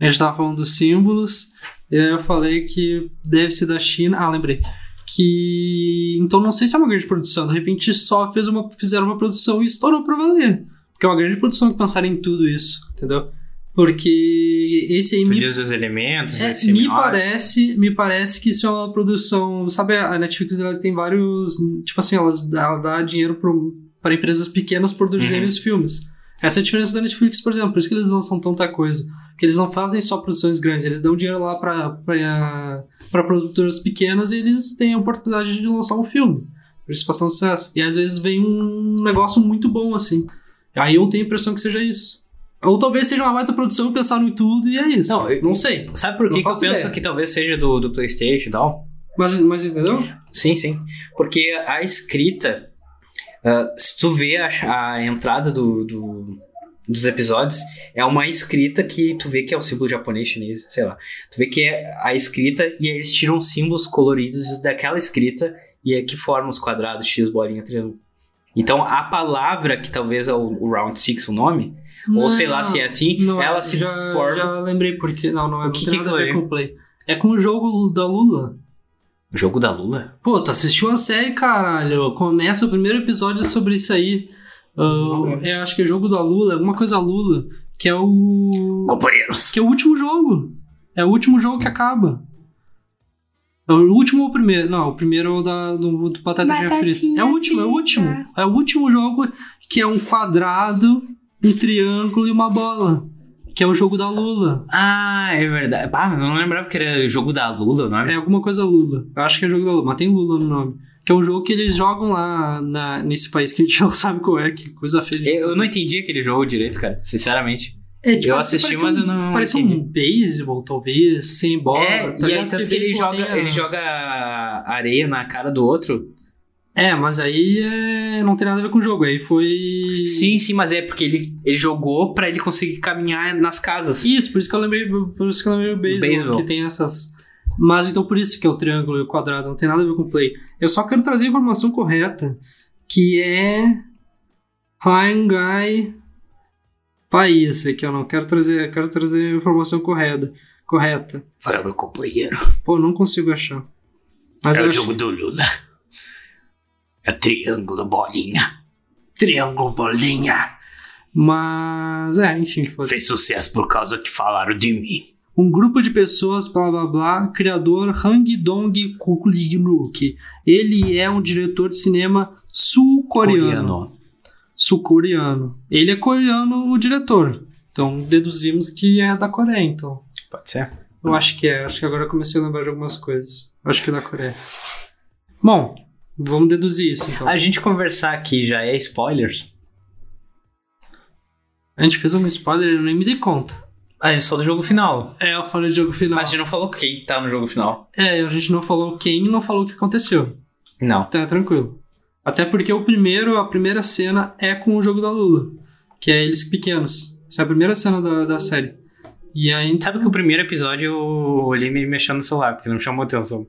[SPEAKER 1] A gente tava falando dos símbolos, e aí eu falei que deve ser da China. Ah, lembrei. Que. Então não sei se é uma grande produção. De repente só fez uma, fizeram uma produção e estourou pra valer. Porque é uma grande produção que pensaram em tudo isso, entendeu? Porque esse aí
[SPEAKER 2] Tu
[SPEAKER 1] me
[SPEAKER 2] diz os elementos,
[SPEAKER 1] É,
[SPEAKER 2] é,
[SPEAKER 1] me parece, me parece que isso é uma produção, sabe, a Netflix ela tem vários, tipo assim, ela, ela dá dinheiro pro- para empresas pequenas produzirem
[SPEAKER 2] Uhum.
[SPEAKER 1] os filmes. Essa é a diferença da Netflix, por exemplo, por isso que eles lançam tanta coisa, porque eles não fazem só produções grandes, eles dão dinheiro lá pra- pra para produtoras pequenas e eles têm a oportunidade de lançar um filme, por isso passar um sucesso. E às vezes vem um negócio muito bom assim. Aí eu tenho a impressão que seja isso. Ou talvez seja uma baita produção, pensaram em tudo e é isso.
[SPEAKER 2] Não, eu-
[SPEAKER 1] não sei.
[SPEAKER 2] Sabe por
[SPEAKER 1] Não
[SPEAKER 2] que, que eu
[SPEAKER 1] faço
[SPEAKER 2] penso
[SPEAKER 1] ideia.
[SPEAKER 2] que talvez seja do, do PlayStation e tal?
[SPEAKER 1] Mas, mas entendeu?
[SPEAKER 2] Sim, sim. Porque a escrita, ah, se tu vê a, a entrada do, do- dos episódios, é uma escrita que tu vê que é o símbolo japonês, chinês, sei lá. Tu vê que é a escrita e aí eles tiram símbolos coloridos daquela escrita e é que forma os quadrados, X, bolinha, triângulo. Então a palavra, que talvez é o, o Round Six o nome, ou sei lá se é assim,
[SPEAKER 1] Não,
[SPEAKER 2] ela se
[SPEAKER 1] já,
[SPEAKER 2] forma.
[SPEAKER 1] Já lembrei porque. Não, não é
[SPEAKER 2] O
[SPEAKER 1] não
[SPEAKER 2] que
[SPEAKER 1] tem
[SPEAKER 2] que
[SPEAKER 1] nada a ver
[SPEAKER 2] foi?
[SPEAKER 1] com o Play. É com o jogo da Lula.
[SPEAKER 2] Jogo da Lula?
[SPEAKER 1] Pô, tu assistiu a série, caralho. Começa o primeiro episódio sobre isso aí. Ah, é, acho que é jogo da Lula, alguma coisa Lula. Que é o.
[SPEAKER 2] Companheiros.
[SPEAKER 1] Que é o último jogo. É o último jogo que acaba. É o último ou o primeiro? Não, o primeiro é o da, do, do Batata Frita. É o último, é o último. É o último jogo que é um quadrado, um triângulo e uma bola. Que é o jogo da Lula.
[SPEAKER 2] Ah, é verdade. Pá, eu não lembrava que era jogo da Lula, não
[SPEAKER 1] É alguma coisa Lula. Eu acho que é jogo da Lula, mas tem Lula no nome. Que é um jogo que eles jogam lá na- nesse país que a gente não sabe qual é, que coisa feia.
[SPEAKER 2] Eu, eu não entendi aquele jogo direito, cara, sinceramente.
[SPEAKER 1] É,
[SPEAKER 2] eu
[SPEAKER 1] parece-
[SPEAKER 2] assisti,
[SPEAKER 1] parece
[SPEAKER 2] mas
[SPEAKER 1] um-
[SPEAKER 2] eu não
[SPEAKER 1] Parece
[SPEAKER 2] entendi.
[SPEAKER 1] um beisebol, talvez, sem bola.
[SPEAKER 2] é,
[SPEAKER 1] tá
[SPEAKER 2] e aí
[SPEAKER 1] ligado?
[SPEAKER 2] tanto
[SPEAKER 1] Porque
[SPEAKER 2] que ele
[SPEAKER 1] eles
[SPEAKER 2] joga,
[SPEAKER 1] mantêm
[SPEAKER 2] ele
[SPEAKER 1] as-
[SPEAKER 2] joga areia na cara do outro.
[SPEAKER 1] É, mas aí é, não tem nada a ver com o jogo. Aí foi.
[SPEAKER 2] Sim, sim, mas é porque ele, ele jogou pra ele conseguir caminhar nas casas.
[SPEAKER 1] Isso, por isso que eu lembrei, por isso que eu lembrei o beisebol,
[SPEAKER 2] Beisebol.
[SPEAKER 1] que tem essas. Mas então por isso que é o triângulo e o quadrado, não tem nada a ver com o play. Eu só quero trazer a informação correta, que é. Hangai País, é que eu não quero trazer, eu quero trazer a informação correta. Correta.
[SPEAKER 2] Fala, meu companheiro.
[SPEAKER 1] Pô, não consigo achar. Mas eu acho-
[SPEAKER 2] do Lula. É triângulo, bolinha. Triângulo, bolinha.
[SPEAKER 1] Mas é, enfim, foda-se.
[SPEAKER 2] sucesso por causa que falaram de mim.
[SPEAKER 1] Um grupo de pessoas, blá blá blá, criador Hang Dong Kuklinuk. Ele é um diretor de cinema sul-coreano. Sul-coreano. Ele é coreano, o diretor. Então deduzimos que é da Coreia, então.
[SPEAKER 2] Pode ser.
[SPEAKER 1] Eu acho que é, acho que agora eu comecei a lembrar de algumas coisas. Acho que é da Coreia. Bom, vamos deduzir isso então.
[SPEAKER 2] A gente conversar aqui já é spoilers?
[SPEAKER 1] A gente fez um spoiler e eu nem me dei conta.
[SPEAKER 2] Ah, é só do jogo final.
[SPEAKER 1] É, eu falei de jogo final.
[SPEAKER 2] Mas a gente não falou quem tá no jogo final.
[SPEAKER 1] É, a gente não falou quem e não falou o que aconteceu.
[SPEAKER 2] Não.
[SPEAKER 1] Tá tranquilo. Até porque o primeiro, a primeira cena é com o jogo da Lula, que é eles pequenos. Essa é a primeira cena da, da série. E aí, então-
[SPEAKER 2] Sabe que o primeiro episódio eu olhei me mexendo no celular, porque não me chamou atenção.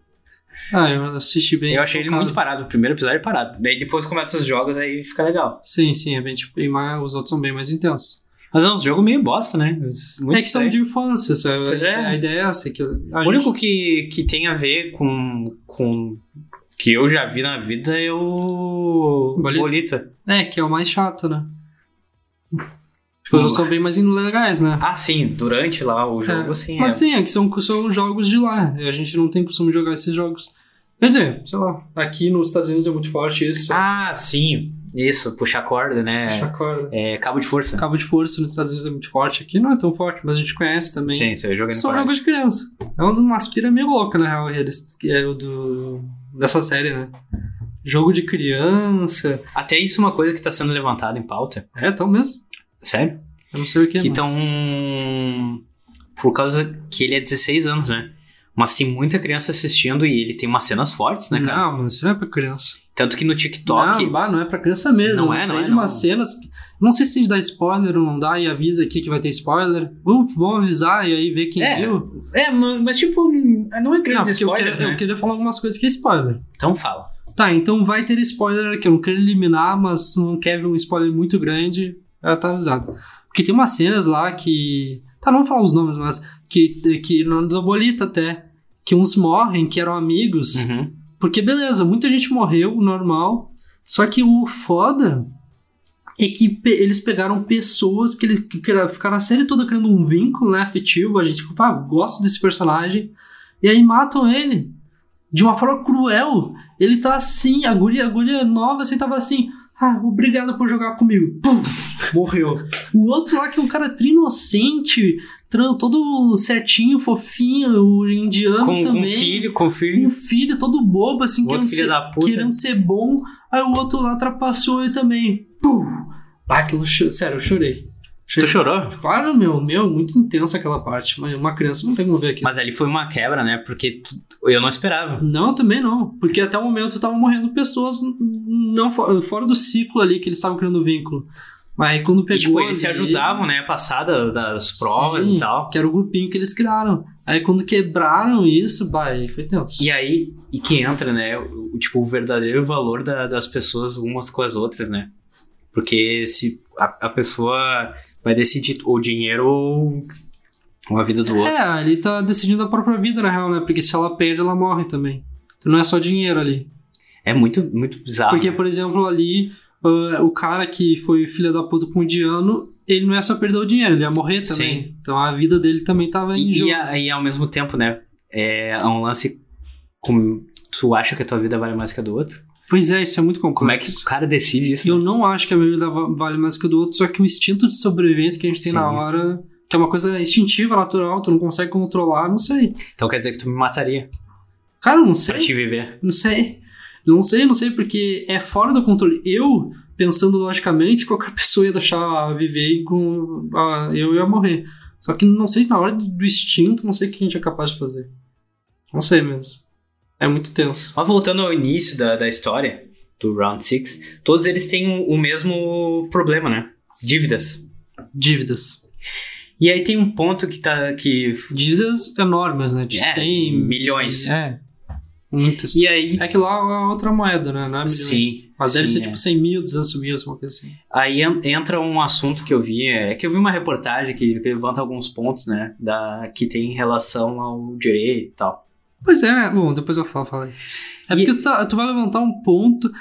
[SPEAKER 1] ah, eu assisti bem.
[SPEAKER 2] Eu achei ele
[SPEAKER 1] focado.
[SPEAKER 2] muito parado. O primeiro episódio é parado. Daí depois começa os jogos, aí fica legal.
[SPEAKER 1] Sim, sim, é bem tipo, e mais- os outros são bem mais intensos.
[SPEAKER 2] Mas é um jogo meio bosta, né? Mas Muito
[SPEAKER 1] é que são
[SPEAKER 2] estranho.
[SPEAKER 1] de infância, sabe?
[SPEAKER 2] Pois é.
[SPEAKER 1] A ideia é essa, que a
[SPEAKER 2] O único que, que tem a ver com, com. que eu já vi na vida é o.
[SPEAKER 1] Bolita.
[SPEAKER 2] Bolita.
[SPEAKER 1] É, que é o mais chato, né? Porque os
[SPEAKER 2] Hum.
[SPEAKER 1] outros são bem mais legais, né?
[SPEAKER 2] Ah, sim, durante lá o jogo, assim.
[SPEAKER 1] Ah. Mas
[SPEAKER 2] é.
[SPEAKER 1] sim, é que são, são jogos de lá. A gente não tem costume de jogar esses jogos. Quer dizer, sei lá, aqui nos Estados Unidos é muito forte isso.
[SPEAKER 2] Ah, sim. Isso, puxar corda, né?
[SPEAKER 1] Chacorda.
[SPEAKER 2] É, cabo de força.
[SPEAKER 1] Cabo de força nos Estados Unidos é muito forte. Aqui não é tão forte, mas a gente conhece também.
[SPEAKER 2] Sim, isso eu joguei no
[SPEAKER 1] São
[SPEAKER 2] colégio.
[SPEAKER 1] jogos de criança. É umas- umas pira meio louca, na real, eles, que é o do, dessa série, né? Jogo de criança.
[SPEAKER 2] Até isso é uma coisa que tá sendo levantada em pauta.
[SPEAKER 1] É, tão mesmo.
[SPEAKER 2] Sério?
[SPEAKER 1] Eu não sei o que é.
[SPEAKER 2] que
[SPEAKER 1] mas-
[SPEAKER 2] estão. Por causa que ele é 16 anos, né? Mas tem muita criança assistindo e ele tem umas cenas fortes, né, cara?
[SPEAKER 1] Não, mano, isso não é pra criança.
[SPEAKER 2] Tanto que no TikTok.
[SPEAKER 1] Não, bah, não é pra criança mesmo.
[SPEAKER 2] Não
[SPEAKER 1] né?
[SPEAKER 2] é, não
[SPEAKER 1] Tem
[SPEAKER 2] é,
[SPEAKER 1] de umas
[SPEAKER 2] não.
[SPEAKER 1] cenas. que- Não sei se a gente dá spoiler ou não dá e avisa aqui que vai ter spoiler. Vamos, vamos avisar e aí ver quem
[SPEAKER 2] É,
[SPEAKER 1] viu.
[SPEAKER 2] É, mas, mas, tipo, não é
[SPEAKER 1] Não,
[SPEAKER 2] grandes
[SPEAKER 1] porque eu
[SPEAKER 2] spoilers,
[SPEAKER 1] queria,
[SPEAKER 2] né?
[SPEAKER 1] eu queria falar algumas coisas que é spoiler.
[SPEAKER 2] Então fala.
[SPEAKER 1] Tá, então vai ter spoiler aqui. Eu não quero eliminar, mas não quer ver um spoiler muito grande. Ela tá avisada. Porque tem umas cenas lá que. Tá, não vou falar os nomes, mas. Que, que no da Bolita até. Que uns morrem, que eram amigos.
[SPEAKER 2] Uhum.
[SPEAKER 1] Porque, beleza, muita gente morreu, normal. Só que o foda é que pe- eles pegaram pessoas que eles que cria- ficaram a série toda criando um vínculo né, afetivo. A gente, tipo, ah, gosto desse personagem. E aí matam ele. De uma forma cruel. Ele tá assim, a guria, a guria nova, assim, tava assim. Ah, obrigado por jogar comigo. Puf, morreu. O outro lá, que é um cara trinocente, tran- todo certinho, fofinho, o indiano
[SPEAKER 2] Com, com
[SPEAKER 1] também
[SPEAKER 2] filho, com filho.
[SPEAKER 1] um filho todo bobo, assim,
[SPEAKER 2] Outro
[SPEAKER 1] querendo
[SPEAKER 2] filho
[SPEAKER 1] ser,
[SPEAKER 2] da puta.
[SPEAKER 1] querendo ser bom. Aí o outro lá trapaceou ele também. Pum! Ah, aquilo, cho- sério, eu chorei.
[SPEAKER 2] Tu chorou?
[SPEAKER 1] Claro, meu, meu, muito intensa aquela parte. Mas uma criança não tem como ver aquilo.
[SPEAKER 2] Mas ali foi uma quebra, né? Porque tu- eu não esperava.
[SPEAKER 1] Não, eu também não. Porque até o momento estavam morrendo pessoas não fo- fora do ciclo ali que eles estavam criando vínculo. Mas aí quando
[SPEAKER 2] E,
[SPEAKER 1] pegou.
[SPEAKER 2] tipo, eles se
[SPEAKER 1] ali-
[SPEAKER 2] ajudavam, né? Passadas das provas
[SPEAKER 1] Sim.
[SPEAKER 2] e tal.
[SPEAKER 1] Que era o grupinho que eles criaram. Aí quando quebraram isso, bah, aí foi tenso.
[SPEAKER 2] E aí, e que entra, né? O, o- tipo, o verdadeiro valor da- das pessoas umas com as outras, né? Porque se a, a pessoa vai decidir ou dinheiro ou uma vida do outro.
[SPEAKER 1] É, ele tá decidindo a própria vida, na real, né? Porque se ela perde, ela morre também. Então não é só dinheiro ali.
[SPEAKER 2] É, muito, muito bizarro. né?
[SPEAKER 1] Porque, por exemplo, ali, ah, o cara que foi filho da puta com o indiano, ele não é só perder o dinheiro, ele ia morrer também. Então a vida dele também tava em
[SPEAKER 2] E,
[SPEAKER 1] jogo.
[SPEAKER 2] e, a- e ao mesmo tempo, né? É é um lance como tu acha que a tua vida vale mais que a do outro?
[SPEAKER 1] Pois é, isso é muito complexo.
[SPEAKER 2] Como é que o cara decide isso? né?
[SPEAKER 1] Eu não acho que a minha vida va- vale mais que a do outro, só que o instinto de sobrevivência que a gente tem
[SPEAKER 2] Sim.
[SPEAKER 1] na hora, que é uma coisa instintiva, natural, tu não consegue controlar, não sei.
[SPEAKER 2] Então quer dizer que tu me mataria
[SPEAKER 1] Cara, eu não
[SPEAKER 2] pra
[SPEAKER 1] sei.
[SPEAKER 2] te viver.
[SPEAKER 1] Não sei. Não sei, não sei, porque é fora do controle. Eu, pensando logicamente, qualquer pessoa ia deixar viver e com. ah, eu ia morrer. Só que não sei se na hora do instinto, não sei o que a gente é capaz de fazer. Não sei mesmo. É muito tenso.
[SPEAKER 2] Mas voltando ao início da, da história do Round six todos eles têm o, o mesmo problema, né? Dívidas.
[SPEAKER 1] Dívidas.
[SPEAKER 2] E aí tem um ponto que tá. que.
[SPEAKER 1] Dívidas enormes, né? De
[SPEAKER 2] É,
[SPEAKER 1] 100
[SPEAKER 2] milhões.
[SPEAKER 1] É. Muitas.
[SPEAKER 2] E aí.
[SPEAKER 1] É que lá é outra moeda, né? Não é milhões.
[SPEAKER 2] Sim,
[SPEAKER 1] Mas deve
[SPEAKER 2] sim,
[SPEAKER 1] ser
[SPEAKER 2] é.
[SPEAKER 1] tipo 100 mil, 200 mil, alguma coisa assim.
[SPEAKER 2] Aí en- entra um assunto que eu vi, é que eu vi uma reportagem que levanta alguns pontos, né, da, que tem em relação ao direito e tal.
[SPEAKER 1] Pois é, né? Bom, depois eu falo, fala aí. É
[SPEAKER 2] E-
[SPEAKER 1] porque tu, tá- tu vai levantar um ponto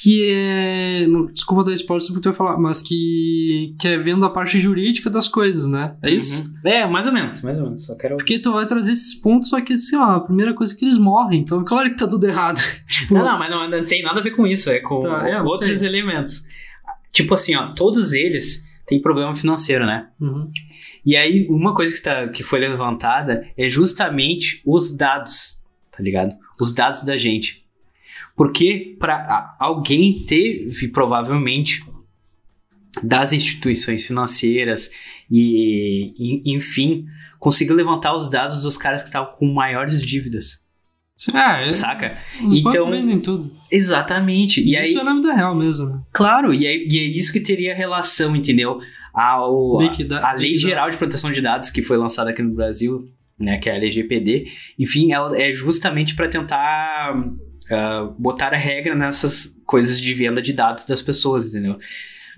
[SPEAKER 1] que é. não, Desculpa dar spoiler sobre o que tu vai falar, mas que, que é vendo a parte jurídica das coisas, né? É isso?
[SPEAKER 2] Uhum. É, mais ou menos, mais ou menos. Só quero.
[SPEAKER 1] Porque tu vai trazer esses pontos, só que, sei lá, a primeira coisa é que eles morrem, então é claro que tá tudo errado. tipo,
[SPEAKER 2] Não, não, mas não, não tem nada a ver com isso, é com
[SPEAKER 1] Tá, é, não
[SPEAKER 2] outros elementos. Tipo assim, ó, todos eles têm problema financeiro, né?
[SPEAKER 1] Uhum.
[SPEAKER 2] E aí, uma coisa que, tá, que foi levantada é justamente os dados, tá ligado? Os dados da gente. Porque para alguém teve, provavelmente, das instituições financeiras e, e, enfim, conseguiu levantar os dados dos caras que estavam com maiores dívidas,
[SPEAKER 1] Ah, é,
[SPEAKER 2] saca?
[SPEAKER 1] os
[SPEAKER 2] então-
[SPEAKER 1] bancos vendem tudo.
[SPEAKER 2] Exatamente. E aí,
[SPEAKER 1] Isso é na vida real mesmo, né?
[SPEAKER 2] claro, e é, e é isso que teria relação, entendeu? Ao, a-
[SPEAKER 1] Liquida-
[SPEAKER 2] a Lei
[SPEAKER 1] liquidar-
[SPEAKER 2] Geral de Proteção de Dados que foi lançada aqui no Brasil, né, que é a LGPD, enfim, ela é justamente para tentar ah, botar a regra nessas coisas de venda de dados das pessoas, entendeu?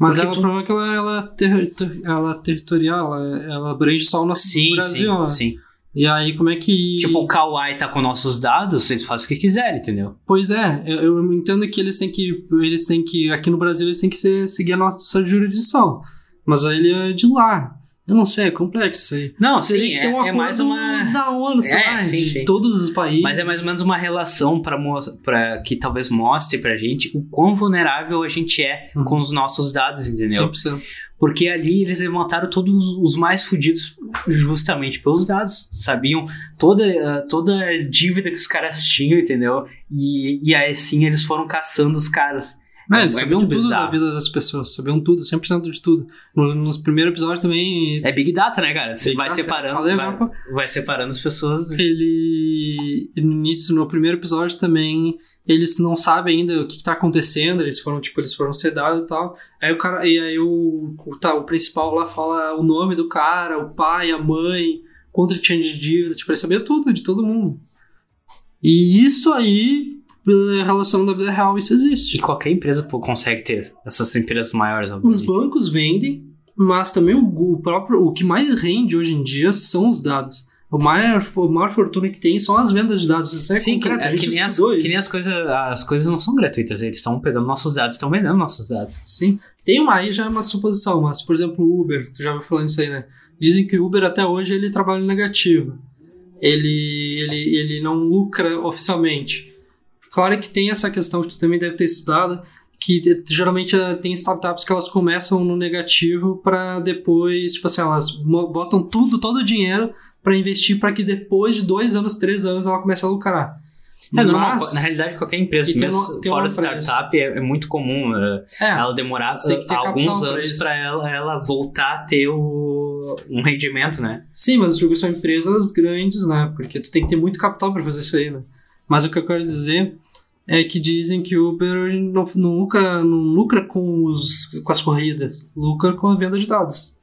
[SPEAKER 1] Mas
[SPEAKER 2] Porque
[SPEAKER 1] ela,
[SPEAKER 2] tu-
[SPEAKER 1] o problema é que ela, ela, é ter- ela é territorial, ela, ela abrange só o nosso
[SPEAKER 2] Sim,
[SPEAKER 1] Brasil, né?
[SPEAKER 2] sim, sim.
[SPEAKER 1] E aí, como é que.
[SPEAKER 2] Tipo, o Kawaii tá com nossos dados, vocês fazem o que quiserem, entendeu?
[SPEAKER 1] Pois é, eu, eu entendo que eles têm que. Eles têm que. Aqui no Brasil eles têm que ser- seguir a nossa jurisdição. Mas aí ele é de lá. Eu não sei, é complexo isso aí.
[SPEAKER 2] Não,
[SPEAKER 1] Teria
[SPEAKER 2] sim,
[SPEAKER 1] que
[SPEAKER 2] é,
[SPEAKER 1] ter um
[SPEAKER 2] é
[SPEAKER 1] acordo
[SPEAKER 2] mais uma...
[SPEAKER 1] Da ONU, sei
[SPEAKER 2] É,
[SPEAKER 1] lá,
[SPEAKER 2] sim,
[SPEAKER 1] de
[SPEAKER 2] sim.
[SPEAKER 1] todos os países.
[SPEAKER 2] Mas é mais ou menos uma relação para que talvez mostre pra gente o quão vulnerável a gente é
[SPEAKER 1] Uhum.
[SPEAKER 2] com os nossos dados, entendeu?
[SPEAKER 1] 100%.
[SPEAKER 2] Porque ali eles levantaram todos os mais fudidos justamente pelos dados. Sabiam toda, eh, toda a dívida que os caras tinham, entendeu? E, e aí assim eles foram caçando os caras.
[SPEAKER 1] É,
[SPEAKER 2] É
[SPEAKER 1] eles sabiam
[SPEAKER 2] muito
[SPEAKER 1] tudo
[SPEAKER 2] bizarro.
[SPEAKER 1] da vida das pessoas, sabiam tudo, 100% de tudo. No- Nos primeiros episódios também.
[SPEAKER 2] É Big Data, né, cara? Você
[SPEAKER 1] Big
[SPEAKER 2] vai
[SPEAKER 1] Data,
[SPEAKER 2] separando.
[SPEAKER 1] falei
[SPEAKER 2] vai,
[SPEAKER 1] agora, pô.
[SPEAKER 2] vai separando as pessoas.
[SPEAKER 1] ele no início no primeiro episódio também eles não sabem ainda o que, que tá acontecendo eles foram tipo eles foram sedados e tal aí o cara e aí o o- tá, o principal lá fala o nome do cara o pai a mãe quanto ele tinha de dívida tipo ele sabia tudo de todo mundo e isso aí pela relação da vida real isso
[SPEAKER 2] E
[SPEAKER 1] existe
[SPEAKER 2] qualquer empresa pô, consegue ter essas empresas maiores,
[SPEAKER 1] os
[SPEAKER 2] obviamente.
[SPEAKER 1] bancos vendem mas também o, o próprio o que mais rende hoje em dia são os dados o maior, a maior fortuna que tem são as vendas de dados. Isso é
[SPEAKER 2] Sim, que,
[SPEAKER 1] concreto. a
[SPEAKER 2] é,
[SPEAKER 1] gente
[SPEAKER 2] que nem, as,
[SPEAKER 1] estudou
[SPEAKER 2] que
[SPEAKER 1] isso.
[SPEAKER 2] nem as coisas. As coisas não são gratuitas, eles estão pegando nossos dados, estão vendendo nossos dados.
[SPEAKER 1] Sim. Tem uma, aí já é uma suposição, mas, por exemplo, o Uber, tu já ouviu falando isso aí, né? Dizem que o Uber até hoje ele trabalha em negativo. Ele, ele, ele não lucra oficialmente. Claro que tem essa questão que tu também deve ter estudado, que de- geralmente eh, tem startups que elas começam no negativo para depois, tipo assim, elas mo- botam tudo, todo o dinheiro para investir para que depois de dois anos, três anos ela comece a lucrar.
[SPEAKER 2] É, não,
[SPEAKER 1] mas,
[SPEAKER 2] na realidade, qualquer empresa,
[SPEAKER 1] E tem
[SPEAKER 2] mesmo
[SPEAKER 1] uma- tem
[SPEAKER 2] fora
[SPEAKER 1] uma
[SPEAKER 2] startup, é, é muito comum eh,
[SPEAKER 1] é,
[SPEAKER 2] ela demorar
[SPEAKER 1] Você tem que ter
[SPEAKER 2] eh, alguns
[SPEAKER 1] capital pra
[SPEAKER 2] anos
[SPEAKER 1] isso.
[SPEAKER 2] para ela, ela voltar a ter o, um rendimento, né?
[SPEAKER 1] Sim, mas os jogos são empresas grandes, né? Porque tu tem que ter muito capital pra fazer isso aí, né? Mas o que eu quero dizer é que dizem que o Uber não, não lucra, não lucra com, os, com as corridas, lucra com a venda de dados.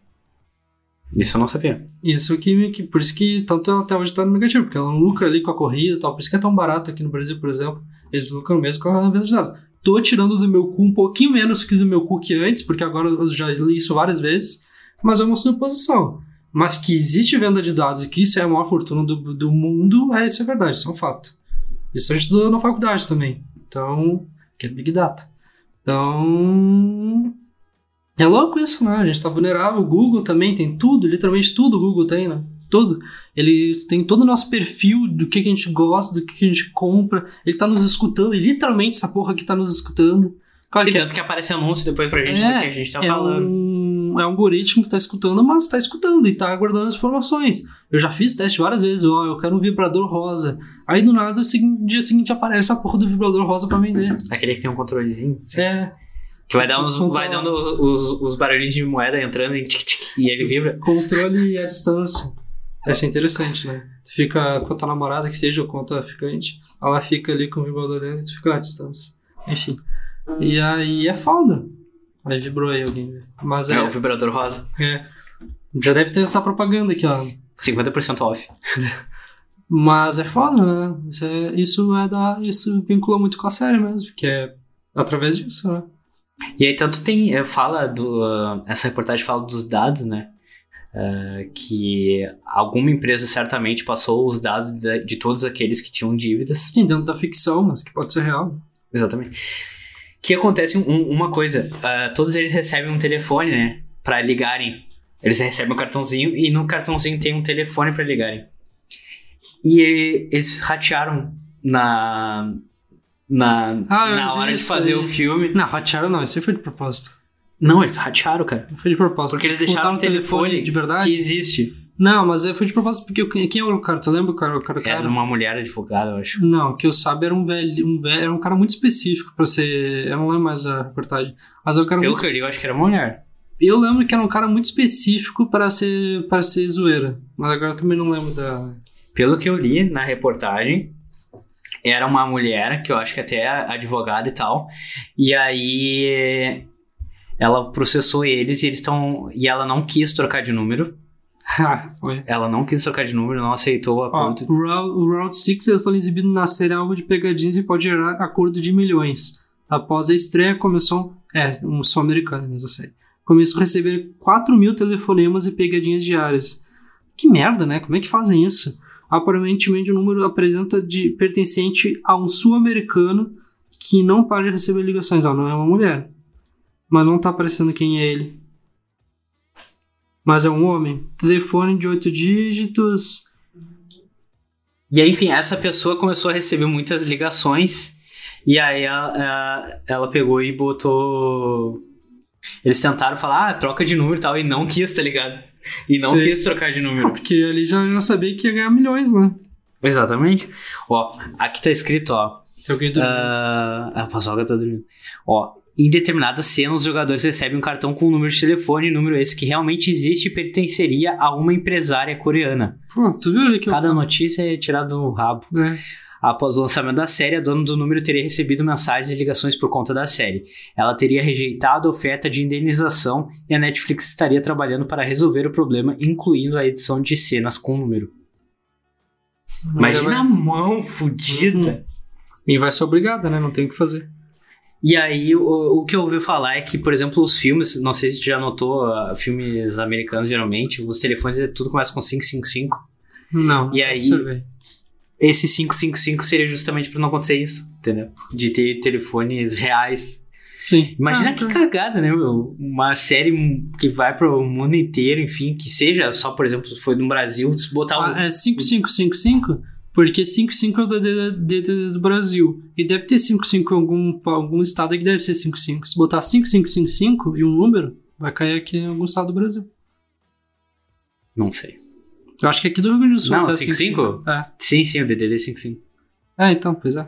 [SPEAKER 2] Isso eu não sabia.
[SPEAKER 1] Isso que, que por isso que tanto ela até hoje tá no negativo, porque ela não lucra ali com a corrida e tal, por isso que é tão barato aqui no Brasil, por exemplo, eles lucram mesmo com a venda de dados. Tô tirando do meu cu um pouquinho menos que do meu cu que antes, porque agora eu já li isso várias vezes, mas é uma suposição. Mas que existe venda de dados e que isso é a maior fortuna do, do mundo, é isso é verdade, isso é um fato. Isso a gente estudou na faculdade também. Então, que é Big Data. Então. É louco isso, né? A gente tá vulnerável. O Google também tem tudo, literalmente tudo o Google tem, né? Tudo. Ele tem todo o nosso perfil do que, que a gente gosta, do que, que a gente compra. Ele tá nos escutando, e literalmente essa porra aqui tá nos escutando. Claro
[SPEAKER 2] Sim,
[SPEAKER 1] que é
[SPEAKER 2] tanto que aparece anúncio depois pra gente do que a gente tá
[SPEAKER 1] é
[SPEAKER 2] falando.
[SPEAKER 1] Um, é um algoritmo que tá escutando, mas tá escutando e tá guardando as informações. Eu já fiz teste várias vezes, ó, eu quero um vibrador rosa. Aí do nada, o segui- dia seguinte aparece a porra do vibrador rosa pra vender.
[SPEAKER 2] Aquele que tem um controlezinho.
[SPEAKER 1] É,
[SPEAKER 2] Que vai, dar uns,
[SPEAKER 1] Controla.
[SPEAKER 2] vai dando os, os, os barulhinhos de moeda entrando e, tic, tic, e ele vibra.
[SPEAKER 1] controle à distância. Essa é interessante, né? Tu fica com a tua namorada, que seja, ou com a tua ficante, ela fica ali com o vibrador dentro e tu fica à distância. Enfim. E aí é foda. Aí vibrou aí alguém. Mas
[SPEAKER 2] É o
[SPEAKER 1] é,
[SPEAKER 2] vibrador rosa.
[SPEAKER 1] é. Já deve ter essa propaganda aqui, ó.
[SPEAKER 2] 50% off.
[SPEAKER 1] Mas é foda, né? Isso, é, isso, é da, isso vincula muito com a série mesmo, porque é através disso, né?
[SPEAKER 2] E aí tanto tem, eh, fala do, ah, essa reportagem fala dos dados, né? Ah, que alguma empresa certamente passou os dados da- de, todos aqueles que tinham dívidas.
[SPEAKER 1] Sim, dentro da ficção, mas que pode ser real.
[SPEAKER 2] Exatamente. Que acontece um- uma coisa, ah, todos eles recebem um telefone, né? Pra ligarem. Eles recebem um cartãozinho e no cartãozinho tem um telefone pra ligarem. E eh, eles ratearam na na,
[SPEAKER 1] Ah, eu
[SPEAKER 2] na
[SPEAKER 1] vi
[SPEAKER 2] hora de
[SPEAKER 1] isso
[SPEAKER 2] fazer
[SPEAKER 1] aí.
[SPEAKER 2] o filme.
[SPEAKER 1] Não, ratearam não, isso aí foi de propósito.
[SPEAKER 2] Não, eles hackearam, cara.
[SPEAKER 1] Não foi de propósito. Tipo,
[SPEAKER 2] Porque eles deixaram
[SPEAKER 1] Botaram
[SPEAKER 2] o telefone,
[SPEAKER 1] de verdade?
[SPEAKER 2] que existe.
[SPEAKER 1] Não, mas é, foi de propósito porque eu- quem é o cara? Tu lembra o cara? O cara,
[SPEAKER 2] Era um
[SPEAKER 1] cara?
[SPEAKER 2] uma mulher advogada, eu acho.
[SPEAKER 1] Não, que eu sabe era um velho, um velho, era um cara muito específico pra ser, eu não lembro mais da reportagem, mas era um cara
[SPEAKER 2] Pelo
[SPEAKER 1] muito,
[SPEAKER 2] que eu li, eu acho que era uma mulher.
[SPEAKER 1] eu lembro que era um cara muito específico pra ser, para ser zoeira, mas agora eu também não lembro da,
[SPEAKER 2] Pelo que eu li na reportagem, era uma mulher, que eu acho que até é advogada e tal. E aí ela processou eles e eles estão. E ela não quis trocar de número.
[SPEAKER 1] Ah, foi.
[SPEAKER 2] Ela não quis trocar de número, não aceitou o
[SPEAKER 1] Ó,
[SPEAKER 2] acordo.
[SPEAKER 1] o Route- o Route 6 foi exibido na série alvo de pegadinhas e pode gerar acordo de milhões. Após a estreia, começou. É, um som americano mesmo, a série. Começou a receber 4 mil telefonemas e pegadinhas diárias. Que merda, né? Como é que fazem isso? Aparentemente, o número apresenta de pertencente a um sul-americano que não para de receber ligações. Ó, não é uma mulher. Mas não tá aparecendo quem é ele. Mas é um homem. Telefone de 8 dígitos.
[SPEAKER 2] E aí, enfim, essa pessoa começou a receber muitas ligações. E aí ela, ela- ela pegou e botou. Eles tentaram falar, ah, troca de número e tal, e não quis, tá ligado? E não
[SPEAKER 1] Sim.
[SPEAKER 2] quis trocar de
[SPEAKER 1] Ah,
[SPEAKER 2] número.
[SPEAKER 1] porque ali já, já sabia que ia ganhar milhões, né?
[SPEAKER 2] Exatamente. Ó, aqui tá escrito, ó.
[SPEAKER 1] Tem alguém dormindo.
[SPEAKER 2] Ah, a Paçoca tá dormindo. Ó, em determinadas cenas, os jogadores recebem um cartão com um número de telefone, número esse que realmente existe e pertenceria a uma empresária coreana.
[SPEAKER 1] Pô, tu viu ali que eu...
[SPEAKER 2] Cada notícia é tirada do rabo.
[SPEAKER 1] É.
[SPEAKER 2] Após o lançamento da série, a dona do número teria recebido mensagens e ligações por conta da série. Ela teria rejeitado a oferta de indenização e a Netflix estaria trabalhando para resolver o problema, incluindo a edição de cenas com o número. Imagina a mão fudida.
[SPEAKER 1] E vai ser obrigada, né? Não tem o que fazer.
[SPEAKER 2] E aí, o, o que eu ouvi falar é que, por exemplo, os filmes, não sei se tu já notou, ah, filmes americanos geralmente, os telefones é tudo começa com 555.
[SPEAKER 1] Não.
[SPEAKER 2] E aí-
[SPEAKER 1] observei.
[SPEAKER 2] Esse 555 seria justamente pra não acontecer isso, entendeu? De ter telefones reais.
[SPEAKER 1] Sim.
[SPEAKER 2] Imagina
[SPEAKER 1] Ah,
[SPEAKER 2] que
[SPEAKER 1] tá.
[SPEAKER 2] cagada, né, meu? Uma série que vai pro mundo inteiro, enfim, que seja só, por exemplo, se foi no Brasil, se botar um.
[SPEAKER 1] Ah, é 5555? Porque 55 é o DDD DDD do Brasil. E deve ter 55 em algum, algum estado aí que deve ser 55. Se botar 5555 e um número, vai cair aqui em algum estado do Brasil.
[SPEAKER 2] Não sei.
[SPEAKER 1] Eu acho que aqui do Rio Grande do Sul
[SPEAKER 2] Não,
[SPEAKER 1] tá
[SPEAKER 2] 55?
[SPEAKER 1] É.
[SPEAKER 2] Sim, sim, o DDD 55.
[SPEAKER 1] Ah, então, pois é.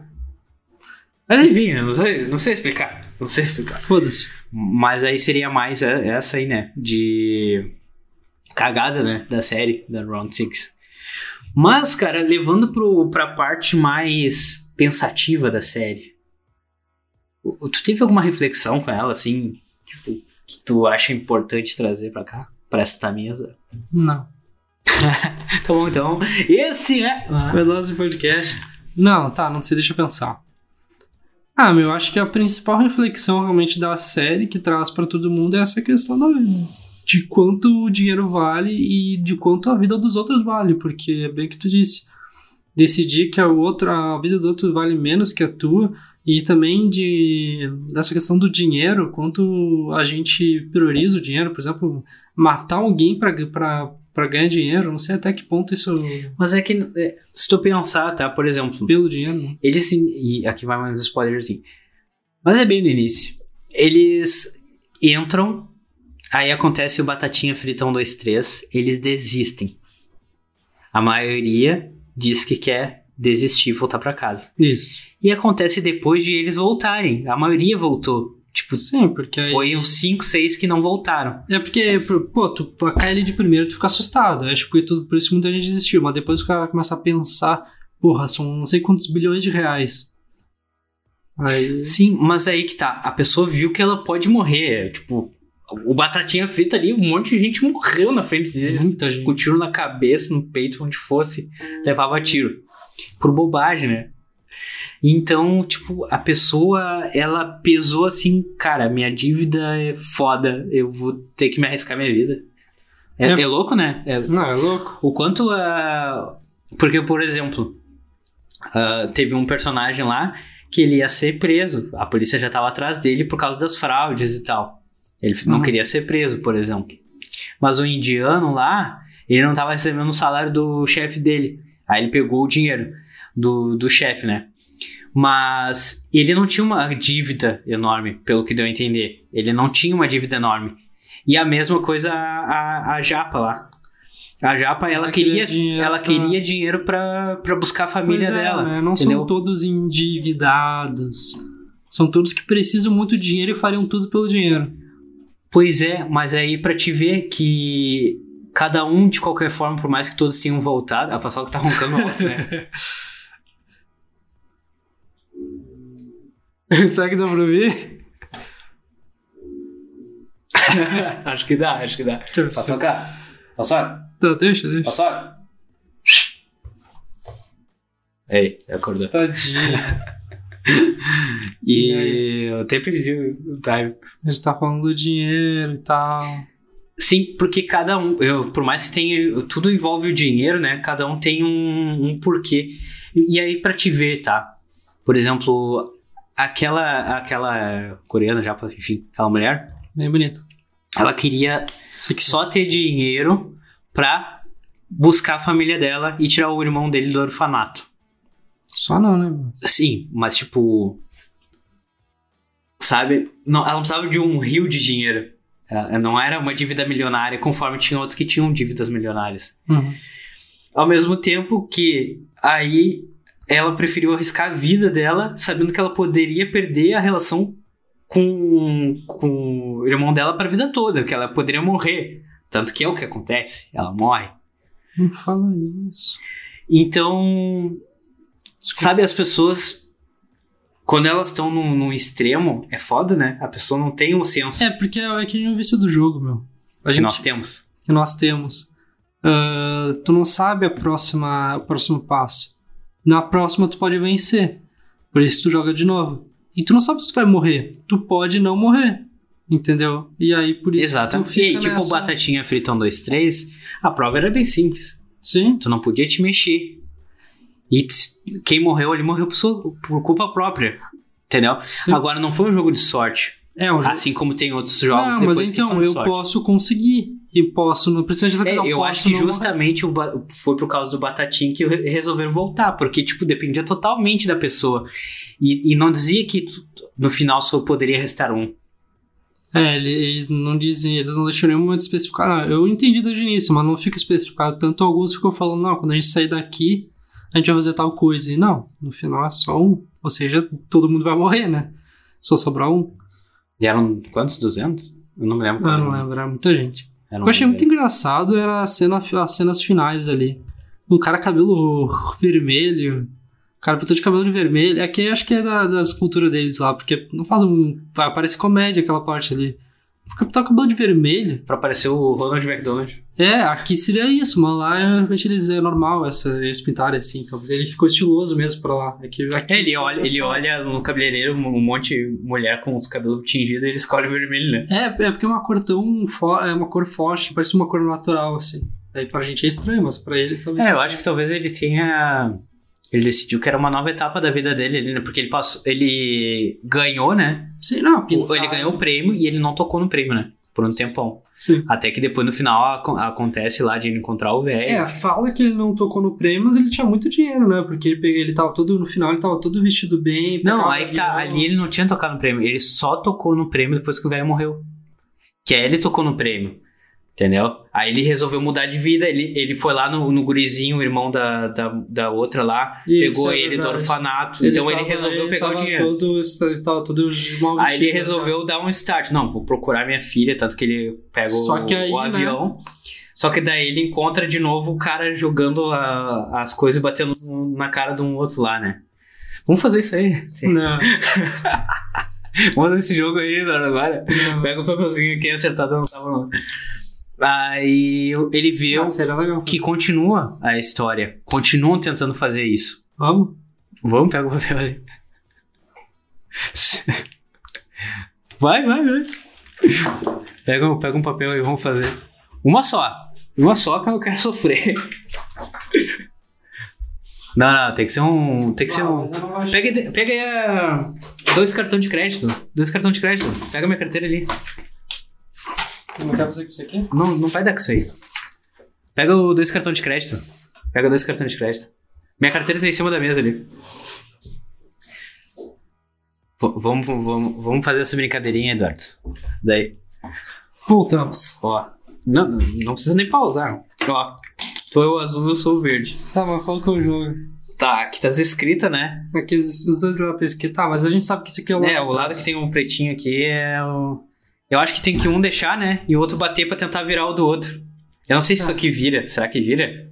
[SPEAKER 2] Mas enfim, eu não sei, não sei explicar. Não sei explicar.
[SPEAKER 1] Foda-se.
[SPEAKER 2] Mas aí seria mais é- essa aí, né? De cagada, né? Da série, da Round Six Mas, cara, levando pro, pra parte mais pensativa da série, o- o- tu teve alguma reflexão com ela, assim, tipo, que tu acha importante trazer pra cá? Pra esta mesa?
[SPEAKER 1] Não.
[SPEAKER 2] Tá bom, então. Esse é.
[SPEAKER 1] O nosso podcast. Não, tá, não sei, deixa eu pensar. Ah, meu, acho que a principal reflexão realmente da série que traz pra todo mundo é essa questão da vida. De quanto o dinheiro vale e de quanto a vida dos outros vale, porque é bem o que tu disse. Decidir que a outra, a vida do outro vale menos que a tua, e também de dessa questão do dinheiro, quanto a gente prioriza o dinheiro, por exemplo, matar alguém pra pra- pra ganhar dinheiro, não sei até que ponto isso
[SPEAKER 2] Mas é que, é, se tu pensar, tá? Por exemplo,
[SPEAKER 1] pelo dinheiro, né?
[SPEAKER 2] Eles sim, e aqui vai mais um spoilerzinho. Mas é bem no início. Eles entram, aí acontece o Batatinha Frita 1, 2, 3, eles desistem. A maioria diz que quer desistir e voltar pra casa.
[SPEAKER 1] Isso.
[SPEAKER 2] E acontece depois de eles voltarem. A maioria voltou. Tipo,
[SPEAKER 1] Sim, porque aí-
[SPEAKER 2] foi uns 5, 6 que não voltaram.
[SPEAKER 1] É porque, pô, tu pra cair ali de primeiro, tu fica assustado. Acho que tudo, por isso que muita gente desistiu. Mas depois o cara começa a pensar, porra, são não sei quantos bilhões de reais. Aí.
[SPEAKER 2] Sim, mas aí que tá. A pessoa viu que ela pode morrer. Tipo, o Batatinha Frita ali, um monte de gente morreu na frente deles.
[SPEAKER 1] Muita gente.
[SPEAKER 2] com tiro na cabeça, no peito, onde fosse, levava tiro. Por bobagem, né? Então, tipo, a pessoa, ela pesou assim, cara, minha dívida é foda, eu vou ter que me arriscar minha vida. É,
[SPEAKER 1] É.
[SPEAKER 2] é louco, né? É-
[SPEAKER 1] Não, é louco.
[SPEAKER 2] o quanto a. Porque, por exemplo, ah, teve um personagem lá que ele ia ser preso. A polícia já tava atrás dele por causa das fraudes e tal. Ele não
[SPEAKER 1] Uhum.
[SPEAKER 2] queria ser preso, por exemplo. Mas o indiano lá, ele não tava recebendo o salário do chefe dele. Aí ele pegou o dinheiro do, do chefe, né? Mas ele não tinha uma dívida enorme, pelo que deu a entender. Ele não tinha uma dívida enorme. E a mesma coisa a, a, a Japa lá. A Japa, ela,
[SPEAKER 1] Ela queria
[SPEAKER 2] queria,
[SPEAKER 1] dinheiro
[SPEAKER 2] ela
[SPEAKER 1] pra-
[SPEAKER 2] queria dinheiro pra, pra buscar a família
[SPEAKER 1] Pois é,
[SPEAKER 2] dela.
[SPEAKER 1] né? Não
[SPEAKER 2] entendeu?
[SPEAKER 1] são todos endividados. São todos que precisam muito de dinheiro e fariam tudo pelo dinheiro.
[SPEAKER 2] Pois é, mas aí pra te ver que cada um, de qualquer forma, por mais que todos tenham voltado. A pessoa que tá roncando a outra, né?
[SPEAKER 1] Será que dá pra ouvir?
[SPEAKER 2] acho que dá, acho que dá.
[SPEAKER 1] Deixa eu ver se-
[SPEAKER 2] Paçoca, paçoca,
[SPEAKER 1] Tá, deixa, deixa.
[SPEAKER 2] paçoca. Ei, acordou.
[SPEAKER 1] Tadinho.
[SPEAKER 2] E
[SPEAKER 1] E aí?
[SPEAKER 2] eu até perdi o time.
[SPEAKER 1] A gente tá falando do dinheiro e tal.
[SPEAKER 2] Sim, porque cada um, eu, por mais que tenha, tudo envolve o dinheiro, né? Cada um tem um, um porquê. E aí, pra te ver, tá? Por exemplo, aquela, aquela coreana, já, enfim, aquela mulher,
[SPEAKER 1] Bem bonito.
[SPEAKER 2] ela queria só ter dinheiro pra buscar a família dela e tirar o irmão dele do orfanato.
[SPEAKER 1] Só não, né?
[SPEAKER 2] Sim, mas tipo. Sabe? Não, ela não precisava de um rio de dinheiro. Ela ela não era uma dívida milionária, conforme tinha outros que tinham dívidas milionárias.
[SPEAKER 1] Uhum.
[SPEAKER 2] Ao mesmo tempo que aí ela preferiu arriscar a vida dela, sabendo que ela poderia perder a relação com, com o irmão dela para a vida toda, que ela poderia morrer. Tanto que é o que acontece, ela morre.
[SPEAKER 1] Não fala isso.
[SPEAKER 2] Então, Sabe, as pessoas, quando elas estão num, num extremo, é foda, né? A pessoa não tem um senso
[SPEAKER 1] É, porque é que nem o vício do jogo, meu. A
[SPEAKER 2] que
[SPEAKER 1] gente
[SPEAKER 2] nós temos.
[SPEAKER 1] que nós temos. Ah, tu não sabe a próxima, o próximo passo. Na próxima tu pode vencer. Por isso tu joga de novo. E tu não sabe se tu vai morrer. Tu pode não morrer. Entendeu? E aí por isso tu
[SPEAKER 2] Exatamente.
[SPEAKER 1] Então fica
[SPEAKER 2] E tipo,
[SPEAKER 1] nessa.
[SPEAKER 2] batatinha frita 1, 2, 3, a prova era bem simples.
[SPEAKER 1] Sim.
[SPEAKER 2] Tu não podia te mexer. E t- quem morreu ali morreu por, sua- por culpa própria. Entendeu?
[SPEAKER 1] Sim.
[SPEAKER 2] Agora não foi um jogo de sorte.
[SPEAKER 1] É um jogo.
[SPEAKER 2] Assim como tem outros jogos
[SPEAKER 1] não,
[SPEAKER 2] depois
[SPEAKER 1] mas
[SPEAKER 2] que são
[SPEAKER 1] então
[SPEAKER 2] de
[SPEAKER 1] eu
[SPEAKER 2] sorte.
[SPEAKER 1] posso conseguir. E posso, não- principalmente essa
[SPEAKER 2] É,
[SPEAKER 1] eu,
[SPEAKER 2] eu
[SPEAKER 1] posso
[SPEAKER 2] acho que
[SPEAKER 1] não morrer.
[SPEAKER 2] justamente o ba- foi por causa do Batatinha que re- resolveram voltar, porque, tipo, dependia totalmente da pessoa. E, e não dizia que tu- no final só poderia restar um.
[SPEAKER 1] É, ele- eles não dizem, eles não deixam nenhum momento especificado. Ah, eu entendi desde o início, mas não fica especificado. Tanto alguns ficam falando, não, quando a gente sair daqui, a gente vai fazer tal coisa. E não, no final é só um. Ou seja, todo mundo vai morrer, né? Só sobrar um.
[SPEAKER 2] E eram quantos? 200? Eu não me lembro.
[SPEAKER 1] Ah,
[SPEAKER 2] qual
[SPEAKER 1] não
[SPEAKER 2] era.
[SPEAKER 1] lembro, era muita gente. O
[SPEAKER 2] Era
[SPEAKER 1] que eu achei
[SPEAKER 2] um-
[SPEAKER 1] muito engraçado era a cena, as cenas finais ali. Um cara cabelo vermelho. O cara pintou de cabelo de vermelho. É que eu acho que é da, das culturas deles lá, porque não faz um. vai, Parece comédia aquela parte ali. Porque pintar o cabelo de vermelho.
[SPEAKER 2] Pra aparecer o Ronald McDonald.
[SPEAKER 1] É, aqui seria isso, mas lá realmente eles é normal essa, eles pintarem assim. Talvez ele ficou estiloso mesmo pra lá. É que aqui-
[SPEAKER 2] Ele olha, ele olha no cabeleireiro um monte de mulher com os cabelos tingidos e ele escolhe o vermelho, né?
[SPEAKER 1] É, é porque é uma cor tão fo- é uma cor forte, parece uma cor natural, assim. Aí pra gente é estranho, mas pra eles talvez.
[SPEAKER 2] É, eu acho que talvez ele tenha. Ele decidiu que era uma nova etapa da vida dele, ali, né? Porque ele passou. Ele ganhou, né?
[SPEAKER 1] Sim, não,
[SPEAKER 2] Ou
[SPEAKER 1] pintar-
[SPEAKER 2] ele ganhou o prêmio e ele não tocou no prêmio, né? Por um tempão.
[SPEAKER 1] Sim.
[SPEAKER 2] Até que depois no final aco- acontece lá de ele encontrar o
[SPEAKER 1] É,
[SPEAKER 2] velho.
[SPEAKER 1] fala que ele não tocou no prêmio, mas ele tinha muito dinheiro, né? Porque ele, pegou- ele tava todo. No final ele tava todo vestido bem.
[SPEAKER 2] Não,
[SPEAKER 1] pegava
[SPEAKER 2] aí que tá.
[SPEAKER 1] avião.
[SPEAKER 2] Ali ele não tinha tocado no prêmio. Ele só tocou no prêmio depois que o velho morreu. Que aí ele tocou no prêmio. Entendeu? Aí ele resolveu mudar de vida. Ele, ele foi lá no, no gurizinho, o irmão da, da, da outra lá.
[SPEAKER 1] Isso,
[SPEAKER 2] pegou
[SPEAKER 1] é
[SPEAKER 2] ele do
[SPEAKER 1] verdade.
[SPEAKER 2] orfanato. então ele
[SPEAKER 1] tava-
[SPEAKER 2] resolveu
[SPEAKER 1] ele
[SPEAKER 2] pegar o
[SPEAKER 1] tava
[SPEAKER 2] dinheiro.
[SPEAKER 1] Todo, ele tava todo mal
[SPEAKER 2] Aí ele
[SPEAKER 1] vestido, né?
[SPEAKER 2] resolveu dar um start. Não, vou procurar minha filha, tanto que ele pega o-
[SPEAKER 1] Só que aí,
[SPEAKER 2] o
[SPEAKER 1] né?
[SPEAKER 2] avião. Só que daí ele encontra de novo o cara jogando a- as coisas e batendo na cara de um outro lá, né? Vamos fazer isso aí.
[SPEAKER 1] Não,
[SPEAKER 2] Vamos fazer esse jogo aí Eduardo, agora.
[SPEAKER 1] não.
[SPEAKER 2] Pega o papelzinho, quem acertar não tava não. Aí ele vê
[SPEAKER 1] Ah, seria legal.
[SPEAKER 2] que continua a história. Continuam tentando fazer isso.
[SPEAKER 1] Vamos?
[SPEAKER 2] Vamos, pega o papel ali. Vai, vai, vai. Pega, um- pega um papel aí, vamos fazer. Uma só. Uma só que eu quero sofrer. Não, não, tem que ser um. Tem que ser um. Pega, aí- pega aí ah, dois cartões de crédito. Dois cartões de crédito. Pega minha carteira ali.
[SPEAKER 1] Não quer fazer com isso aqui?
[SPEAKER 2] Não, não vai dar com isso aí. Pega o dois cartões de crédito. Pega dois cartões de crédito. Minha carteira tá em cima da mesa ali. V- Vamos, vamos, vamos fazer essa brincadeirinha, Eduardo. Daí.
[SPEAKER 1] Voltamos.
[SPEAKER 2] Ó. Não, não precisa nem pausar. Ó. Tu é o azul, eu sou o verde.
[SPEAKER 1] Tá, mas qual que é o jogo?
[SPEAKER 2] Tá, aqui tá as escritas, né?
[SPEAKER 1] Aqui os, os dois lados que tá, mas a gente sabe que isso aqui é o lado.
[SPEAKER 2] É, o lado que tem um pretinho aqui é o. Eu acho que tem que um deixar, né? E o outro bater pra tentar virar o do outro. Eu não sei se isso aqui vira. Será que vira?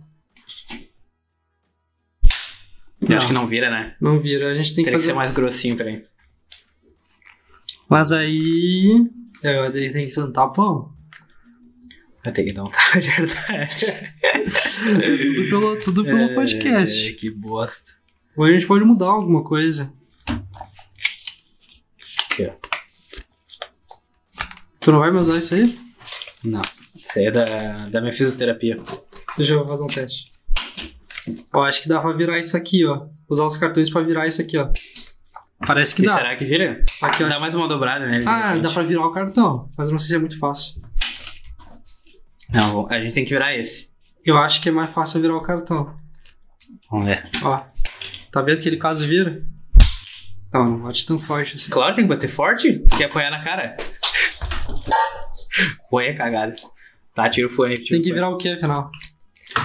[SPEAKER 2] Eu
[SPEAKER 1] Não.
[SPEAKER 2] acho que não vira, né?
[SPEAKER 1] Não vira, a gente tem que
[SPEAKER 2] Teria que
[SPEAKER 1] fazer.
[SPEAKER 2] ser mais grossinho, peraí.
[SPEAKER 1] Mas aí. Eu daí tem que sentar o pão.
[SPEAKER 2] Vai ter que dar um tapa, é verdade.
[SPEAKER 1] Tudo pelo, tudo pelo
[SPEAKER 2] É,
[SPEAKER 1] podcast.
[SPEAKER 2] Que bosta.
[SPEAKER 1] Ou a gente pode mudar alguma coisa.
[SPEAKER 2] Aqui,
[SPEAKER 1] é?
[SPEAKER 2] ó.
[SPEAKER 1] Tu não vai me usar isso aí?
[SPEAKER 2] Não. Isso aí é da, da minha fisioterapia.
[SPEAKER 1] Deixa eu fazer um teste. Ó, acho que dá pra virar isso aqui, ó. Usar os cartões pra virar isso aqui, ó. Parece que
[SPEAKER 2] E
[SPEAKER 1] dá.
[SPEAKER 2] será que vira?
[SPEAKER 1] Só que eu
[SPEAKER 2] Dá
[SPEAKER 1] acho-
[SPEAKER 2] mais uma dobrada, né?
[SPEAKER 1] Ah,
[SPEAKER 2] evidentemente.
[SPEAKER 1] dá pra virar o cartão, mas eu não sei se é muito fácil.
[SPEAKER 2] Não, a gente tem que virar esse.
[SPEAKER 1] Eu acho que é mais fácil virar o cartão.
[SPEAKER 2] Vamos ver.
[SPEAKER 1] Ó, tá vendo que ele quase vira? Não, não bate tão forte assim.
[SPEAKER 2] Claro, tem que bater forte. Tu Quer apanhar na cara? Foi é cagada. Tá, tira o fone. tira
[SPEAKER 1] Tem
[SPEAKER 2] o
[SPEAKER 1] que
[SPEAKER 2] fone.
[SPEAKER 1] virar o que, afinal?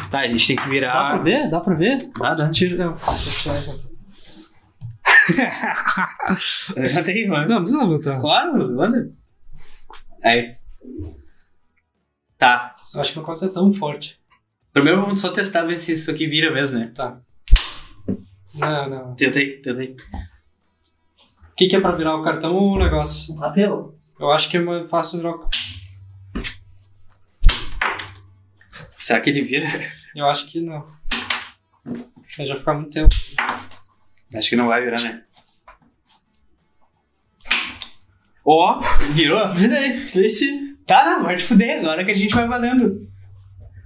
[SPEAKER 2] Tá, a gente tem que
[SPEAKER 1] Dá pra
[SPEAKER 2] virar.
[SPEAKER 1] ver? Dá pra ver?
[SPEAKER 2] Dá, dá.
[SPEAKER 1] Tira. Não, deixa eu tirar isso aqui.
[SPEAKER 2] Já tem, mano.
[SPEAKER 1] não precisa botar.
[SPEAKER 2] Claro, manda. Aí. Tá.
[SPEAKER 1] Eu acho que não pode ser tão forte.
[SPEAKER 2] Primeiro vamos só testar ver se isso aqui vira mesmo, né?
[SPEAKER 1] Tá. Não, não. O
[SPEAKER 2] Tentei, tentei.
[SPEAKER 1] que, que é pra virar o cartão ou o negócio?
[SPEAKER 2] Papel.
[SPEAKER 1] Eu acho que é mais fácil virar o cartão.
[SPEAKER 2] Será que ele vira?
[SPEAKER 1] Eu acho que não. Vai já ficar muito tempo.
[SPEAKER 2] Acho que não vai virar, né? Ó, virou? Virei. Esse... Tá, não, vai te fuder, agora que a gente vai valendo.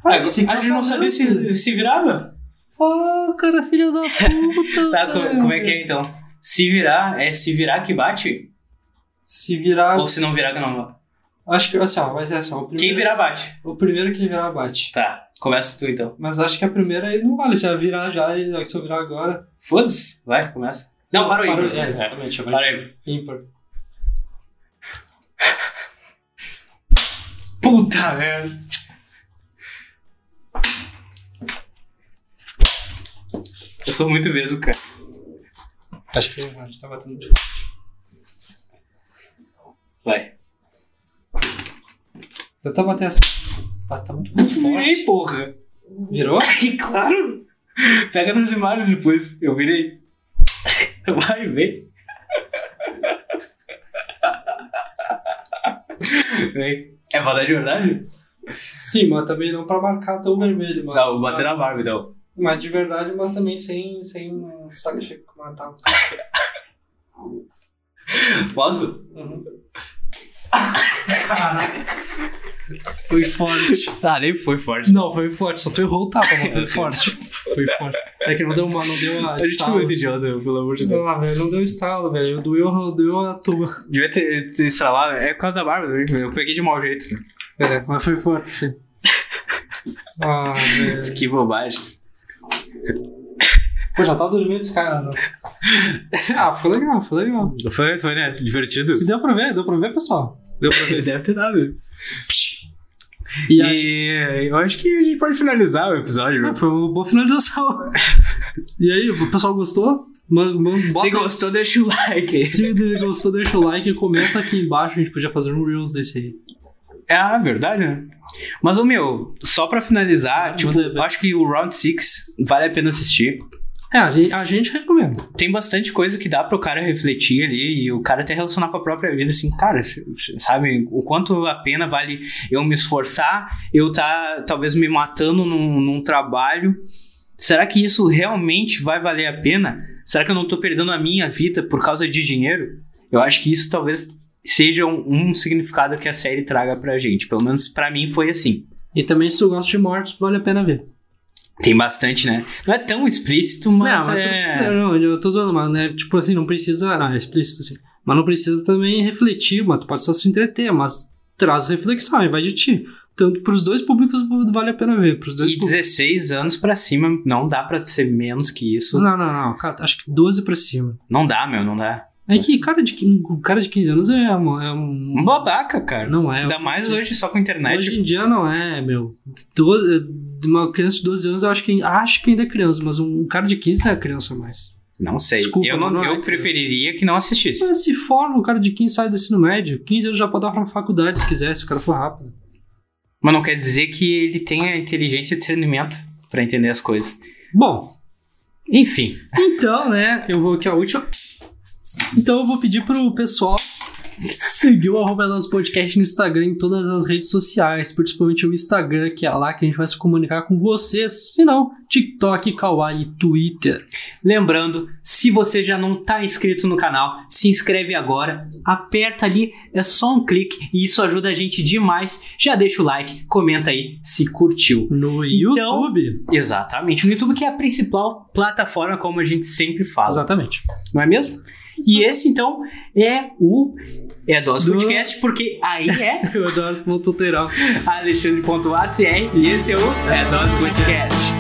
[SPEAKER 1] Ah,
[SPEAKER 2] Agora-
[SPEAKER 1] esse
[SPEAKER 2] a gente não
[SPEAKER 1] cara
[SPEAKER 2] sabia se, se virava.
[SPEAKER 1] Oh, cara, filho da puta.
[SPEAKER 2] Tá, co- como é que é então? Se virar, é se virar que bate?
[SPEAKER 1] Se virar.
[SPEAKER 2] Ou se não virar que não bate?
[SPEAKER 1] Acho que assim, ó, vai ser assim. ó, O
[SPEAKER 2] Quem
[SPEAKER 1] primeiro,
[SPEAKER 2] virar, bate.
[SPEAKER 1] o primeiro que virar bate.
[SPEAKER 2] Tá, começa tu então.
[SPEAKER 1] Mas acho que a primeira aí não vale. Se eu virar já e se eu virar agora.
[SPEAKER 2] Foda-se, vai, começa. Não, parou
[SPEAKER 1] É,
[SPEAKER 2] aí. É.
[SPEAKER 1] exatamente.
[SPEAKER 2] Para o ímpar.
[SPEAKER 1] Ímpar.
[SPEAKER 2] Puta merda. Eu sou muito mesmo, cara.
[SPEAKER 1] Acho que a gente tá batendo.
[SPEAKER 2] Vai.
[SPEAKER 1] Tenta bater assim. Ah, tá muito, muito forte.
[SPEAKER 2] Virei, porra.
[SPEAKER 1] Virou?
[SPEAKER 2] E claro! Pega nas imagens depois. Eu virei. Vai ver. Vem. É pra dar de verdade?
[SPEAKER 1] Sim, mas também não pra marcar tão vermelho, mano.
[SPEAKER 2] Não, vou bater na barba então.
[SPEAKER 1] Mas de verdade, mas também sem, sem eh, sacrifício matar.
[SPEAKER 2] Posso?
[SPEAKER 1] Uhum. Caraca. Foi forte.
[SPEAKER 2] Tá, nem foi forte.
[SPEAKER 1] Não, foi forte. Só tu errou o tapa, mas foi forte. Foi forte. É que não deu uma, não deu a
[SPEAKER 2] A gente foi
[SPEAKER 1] estalo.
[SPEAKER 2] é muito idiota, pelo amor de Deus.
[SPEAKER 1] Ah, velho, não deu estalo, velho. Doeu, doeu a tua.
[SPEAKER 2] Devia ter, ter estralado. É por causa da barba também. Eu peguei de mau jeito.
[SPEAKER 1] É, mas foi forte, sim. Ah, velho.
[SPEAKER 2] Que bobagem.
[SPEAKER 1] Pô, já tá dormindo esse cara, não. Ah, foi legal, foi legal.
[SPEAKER 2] Foi, foi, né? Divertido.
[SPEAKER 1] E deu pra ver, deu pra ver, pessoal.
[SPEAKER 2] Deu pra ver, Deve ter dado.
[SPEAKER 1] E
[SPEAKER 2] E,
[SPEAKER 1] aí,
[SPEAKER 2] eu acho que a gente pode finalizar o episódio.
[SPEAKER 1] foi uma boa
[SPEAKER 2] um.
[SPEAKER 1] finalização. E aí, o pessoal gostou? Man, man, bota
[SPEAKER 2] Se gostou, deixa o like aí.
[SPEAKER 1] Se gostou, deixa o like, comenta aqui embaixo, a gente podia fazer um Reels desse aí.
[SPEAKER 2] É a verdade, né? Mas, ô meu, só pra finalizar,
[SPEAKER 1] Ah,
[SPEAKER 2] tipo,
[SPEAKER 1] manda aí,
[SPEAKER 2] eu acho que o Round 6 vale a pena assistir.
[SPEAKER 1] É, a gente, a gente recomenda.
[SPEAKER 2] Tem bastante coisa que dá pro cara refletir ali e o cara até relacionar com a própria vida, assim, cara, sabe, o quanto a pena vale eu me esforçar, eu tá talvez me matando num, num trabalho. Será que isso realmente vai valer a pena? Será que eu não tô perdendo a minha vida por causa de dinheiro? Eu acho que isso talvez seja um, um significado que a série traga pra gente. Pelo menos pra mim foi assim.
[SPEAKER 1] E também, se tu gosta de mortos, vale a pena ver.
[SPEAKER 2] Tem bastante, né? Não é tão explícito,
[SPEAKER 1] não,
[SPEAKER 2] mas.
[SPEAKER 1] mas tu não
[SPEAKER 2] é...
[SPEAKER 1] precisa, não, eu tô zoando, mas né, tipo assim, não precisa, não, é explícito assim. Mas não precisa também refletir, mano, tu pode só se entreter, mas traz reflexão e vai de ti. Tanto pros dois públicos vale a pena ver, pros dois
[SPEAKER 2] E
[SPEAKER 1] públicos.
[SPEAKER 2] 16 anos pra cima, não dá pra ser menos que isso.
[SPEAKER 1] Não, não, não, cara, acho que 12 pra cima.
[SPEAKER 2] Não dá, meu, não dá.
[SPEAKER 1] É que cara de, quin- um cara de 15 anos é, um- é
[SPEAKER 3] Um
[SPEAKER 1] um.
[SPEAKER 3] babaca, cara.
[SPEAKER 1] Não é.
[SPEAKER 3] Ainda mais hoje só com a
[SPEAKER 2] né,
[SPEAKER 3] internet.
[SPEAKER 1] Hoje em dia não é, meu. Doze- uma criança de 12 anos eu acho que, acho que ainda é criança, mas um cara de 15 não é criança mais.
[SPEAKER 3] Não sei.
[SPEAKER 1] Desculpa,
[SPEAKER 3] eu não,
[SPEAKER 1] não é
[SPEAKER 3] eu
[SPEAKER 1] criança.
[SPEAKER 3] preferiria que não assistisse.
[SPEAKER 1] Mas se for, o cara de 15 sai do ensino médio. 15 anos já pode dar pra faculdade se quiser, se o cara for rápido.
[SPEAKER 3] Mas não quer dizer que ele tenha inteligência e discernimento pra entender as coisas.
[SPEAKER 1] Bom,
[SPEAKER 3] Enfim.
[SPEAKER 1] então, né, eu vou aqui a última. Então eu vou pedir pro pessoal seguir o arroba nosso podcast no Instagram em todas as redes sociais, principalmente o Instagram, que é lá que a gente vai se comunicar com vocês. Se não, TikTok, Kawaii, Twitter.
[SPEAKER 2] Lembrando, se você já não está inscrito no canal, se inscreve agora, aperta ali, é só um clique e isso ajuda a gente demais. Já deixa o like, comenta aí se curtiu.
[SPEAKER 1] No
[SPEAKER 2] Então-
[SPEAKER 1] YouTube.
[SPEAKER 2] Exatamente, no YouTube que é a principal plataforma, como a gente sempre fala,
[SPEAKER 1] Exatamente.
[SPEAKER 2] não é mesmo? E esse então é o é Dose
[SPEAKER 1] Do-
[SPEAKER 2] Podcast, porque aí é
[SPEAKER 1] Eu adoro ponto lateral.
[SPEAKER 2] Alexandre.acr e esse é o É Dose Podcast.